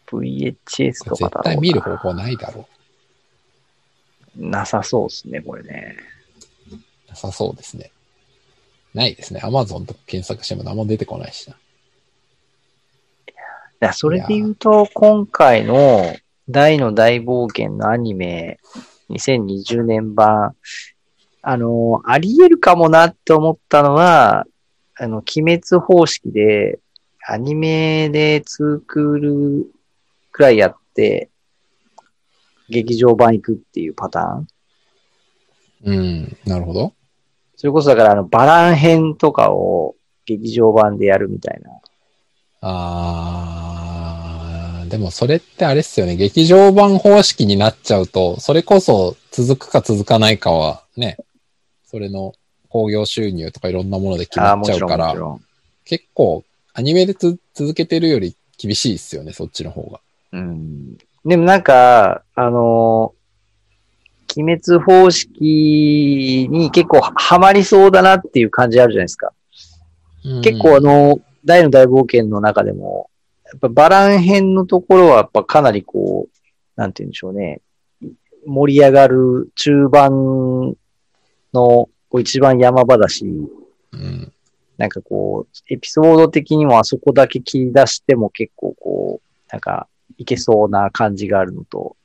VHS とかだろ絶うな対見る方法ないだろう。なさそうですね、これね。なさそうですね。ないですね。アマゾンとか検索しても何も出てこないしな。だからそれで言うと、今回の大の大冒険のアニメ、2020年版、あの、あり得るかもなって思ったのは、あの、鬼滅方式で、アニメで2クールくらいやって、劇場版行くっていうパターン。うん、なるほど。それこそだから、あの、バラン編とかを劇場版でやるみたいな。あー、でもそれってあれっすよね。劇場版方式になっちゃうと、それこそ続くか続かないかはね、それの興行収入とかいろんなもので決あまあー、っもちゃうちろん、かもちら、ろん。結構アニメでつ続けてるより厳しいっすよね、そっちの方が。うんでもなんか、あのー鬼滅方式に結構ハマりそうだなっていう感じあるじゃないですか。結構あの、大の大冒険の中でも、やっぱバラン編のところはやっぱかなりこう、なんて言うんでしょうね。盛り上がる中盤のこう一番山場だし、うん、なんかこう、エピソード的にもあそこだけ切り出しても結構こう、なんか、いけそうな感じがあるのと、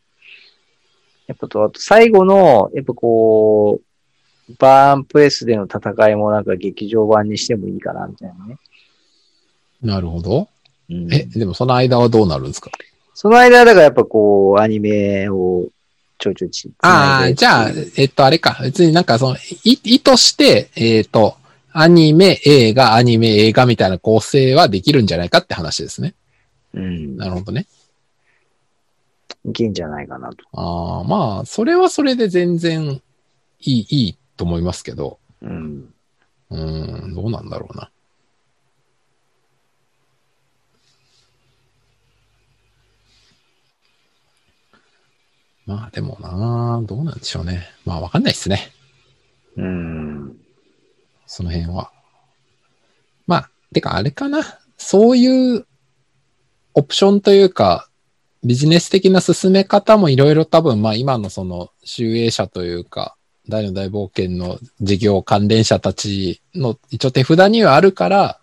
やっぱと、あと最後の、やっぱこう、バーンプレスでの戦いもなんか劇場版にしてもいいかな、みたいなね。なるほど。うんえ、でもその間はどうなるんですかその間、だからやっぱこう、アニメをちょいちょいちああ、じゃあ、えっと、あれか。別になんかその、い意図して、えっ、と、アニメ、映画、アニメ、映画みたいな構成はできるんじゃないかって話ですね。うん、なるほどね。いけんじゃないかなと。ああ、まあ、それはそれで全然いい、いいと思いますけど、うん。うーん、どうなんだろうな。まあでもな、どうなんでしょうね。まあわかんないですね。うん。その辺は。まあ、てかあれかな。そういうオプションというか、ビジネス的な進め方もいろいろ多分、まあ今のその、集英社というか、大の大冒険の事業関連者たちの一応手札にはあるから、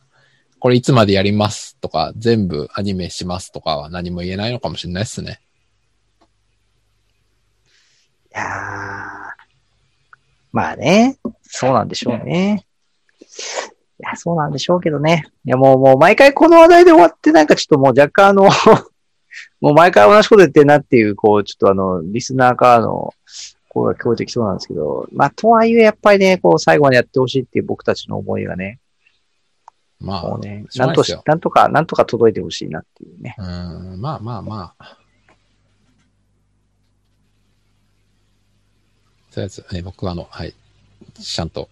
これいつまでやりますとか、全部アニメしますとかは何も言えないのかもしれないですね。いやーまあね、そうなんでしょうね。いや、そうなんでしょうけどね。いや、もう、もう、毎回この話題で終わって、なんかちょっともう若干あの、 もう毎回同じこと言ってんなっていう、こう、ちょっとあの、リスナーからの声が聞こえてきそうなんですけど、まあ、とはいえ、やっぱりね、こう、最後までやってほしいっていう僕たちの思いがね、まあもう、ね、しょうがなんいなでとすしよ、なんとか、なんとか届いてほしいなっていうね。うーん、まあまあまあ。とりあえず、え僕はあの、はい、ちゃんと、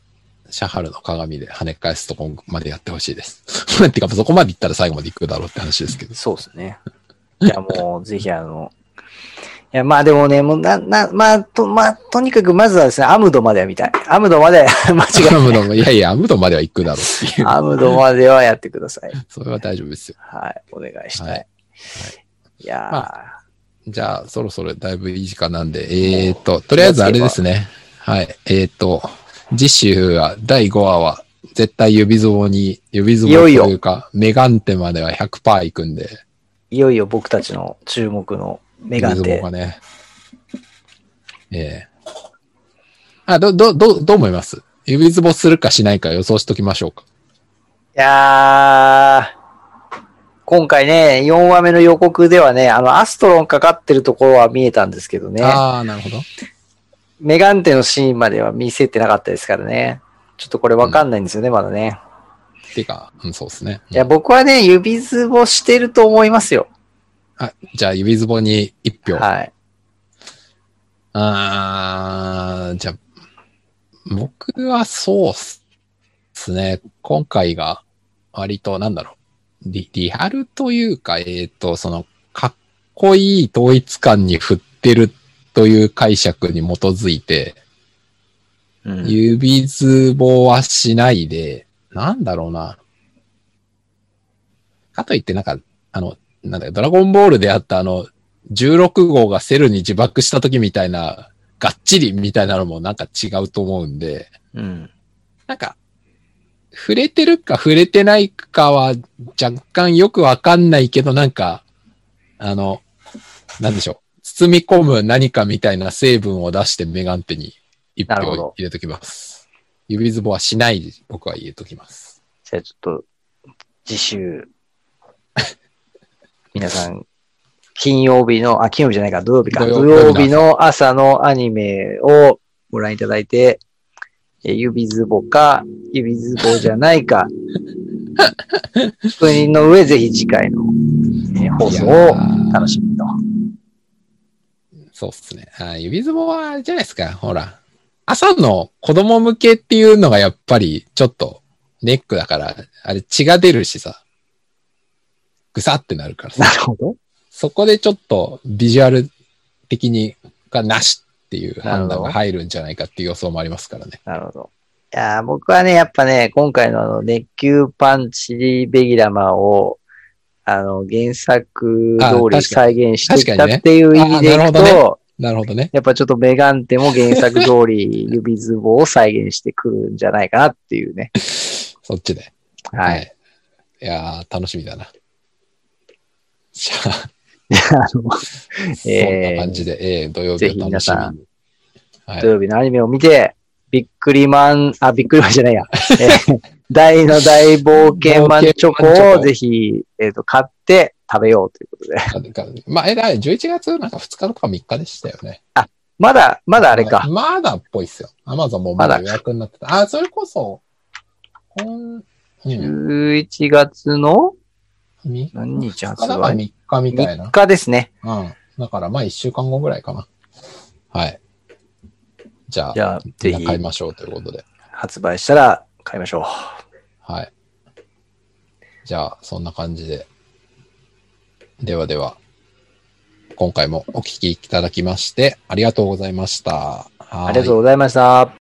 シャハルの鏡で跳ね返すとこまでやってほしいです。 ってか、そこまで行ったら最後まで行くだろうって話ですけど。そうですね。いや、もう、ぜひあの、いや、まあでもね、もう、な、な、まあ、と、まあ、とにかくまずはですね、アムドまでは見たい。アムドま では、間違アムドも、いやいや、アムドまでは行くだろうっていいう。アムドまではやってください。それは大丈夫ですよ。はい、お願いしたい。はいいやー、まじゃあ、そろそろだいぶいい時間なんで、えーっと、とりあえずあれですね。はい。えーっと、次週は、第5話は、絶対指相に、指相いよといよいうか、メガンテまでは100%行くんで、いよいよ僕たちの注目のメガン指テ相が。ね。ええあ、ど、ど、ど、どう思います指相するかしないか予想しときましょうか。いやー、今回ね、4話目の予告ではね、あの、アストロンかかってるところは見えたんですけどね、ああ、なるほど。メガンテのシーンまでは見せてなかったですからね。ちょっとこれわかんないんですよね、まだね。っていうか、うん、そうですね。いや、僕はね、指ズボしてると思いますよ。あじゃあ、指相に1票。はい。あーじゃあ、僕はそうっすね。今回が割と、なんだろう。リリアルというか、えっ、と、その、かっこいい統一感に振ってるという解釈に基づいて、うん、指ズボはしないで、なんだろうな。かといってなんか、あの、なんだよドラゴンボールであったあの、16号がセルに自爆した時みたいな、がっちりみたいなのもなんか違うと思うんで、うん。なんか、触れてるか触れてないかは若干よくわかんないけど、なんか、あの、なんでしょう。包み込む何かみたいな成分を出してメガンテに一なるほ票ど入れときます。指ズボはしない、僕は入れときます。じゃあちょっと、次週、 皆さん、金曜日の、あ、金曜日じゃないか、土曜日か。土曜土曜日の朝のアニメをご覧いただいて、え指ズボか、指ズボじゃないか、確認の上、ぜひ次回の、え放送いやをー楽しみと。そうっすね。あ指ズボは、じゃないですか。ほら。朝の子供向けっていうのがやっぱりちょっとネックだから、あれ血が出るしさ。ぐさってなるからさな。るほど。そこでちょっとビジュアル的にがなしっていう判断が入るんじゃないかっていう予想もありますからね。なるほど。いやー僕はね、やっぱね、今回のあの、熱球パンチベギラマを、あの、原作あ通確かりに再現してき確かたにねっていう意味でいあなるくほと、なるほどね。やっぱちょっとメガンテも原作通り指ズボを再現してくるんじゃないかなっていうね。そっちで。はい。。いやー、楽しみだな。じゃあ、 あのそんな感じで、えー土曜日ぜひを皆楽しみさんに。はい。土曜日のアニメを見て、ビックリマン、あ、ビックリマンじゃないや。 えー大の大冒険マンチョコをぜひ、えっ、と、買って食べようということなで。んかまあ、えらい、11月なんか2日とか3日でしたよね。まだ、まだあれか。まだっぽいっすよ。アマゾンもまだ予約になってた。あ、それこそ、こん、うん、 11月の3日何日発だから売3日みたいな ?3。日ですね。うん。だから、まあ、一週間後ぐらいかな。はい。じゃあ、じゃあ、ぜみんひな買いましょうということで。発売したら買いましょう。はい。じゃあ、そんな感じで。ではでは、今回もお聞きいただきまして、ありがとうございました。あありがとうございました。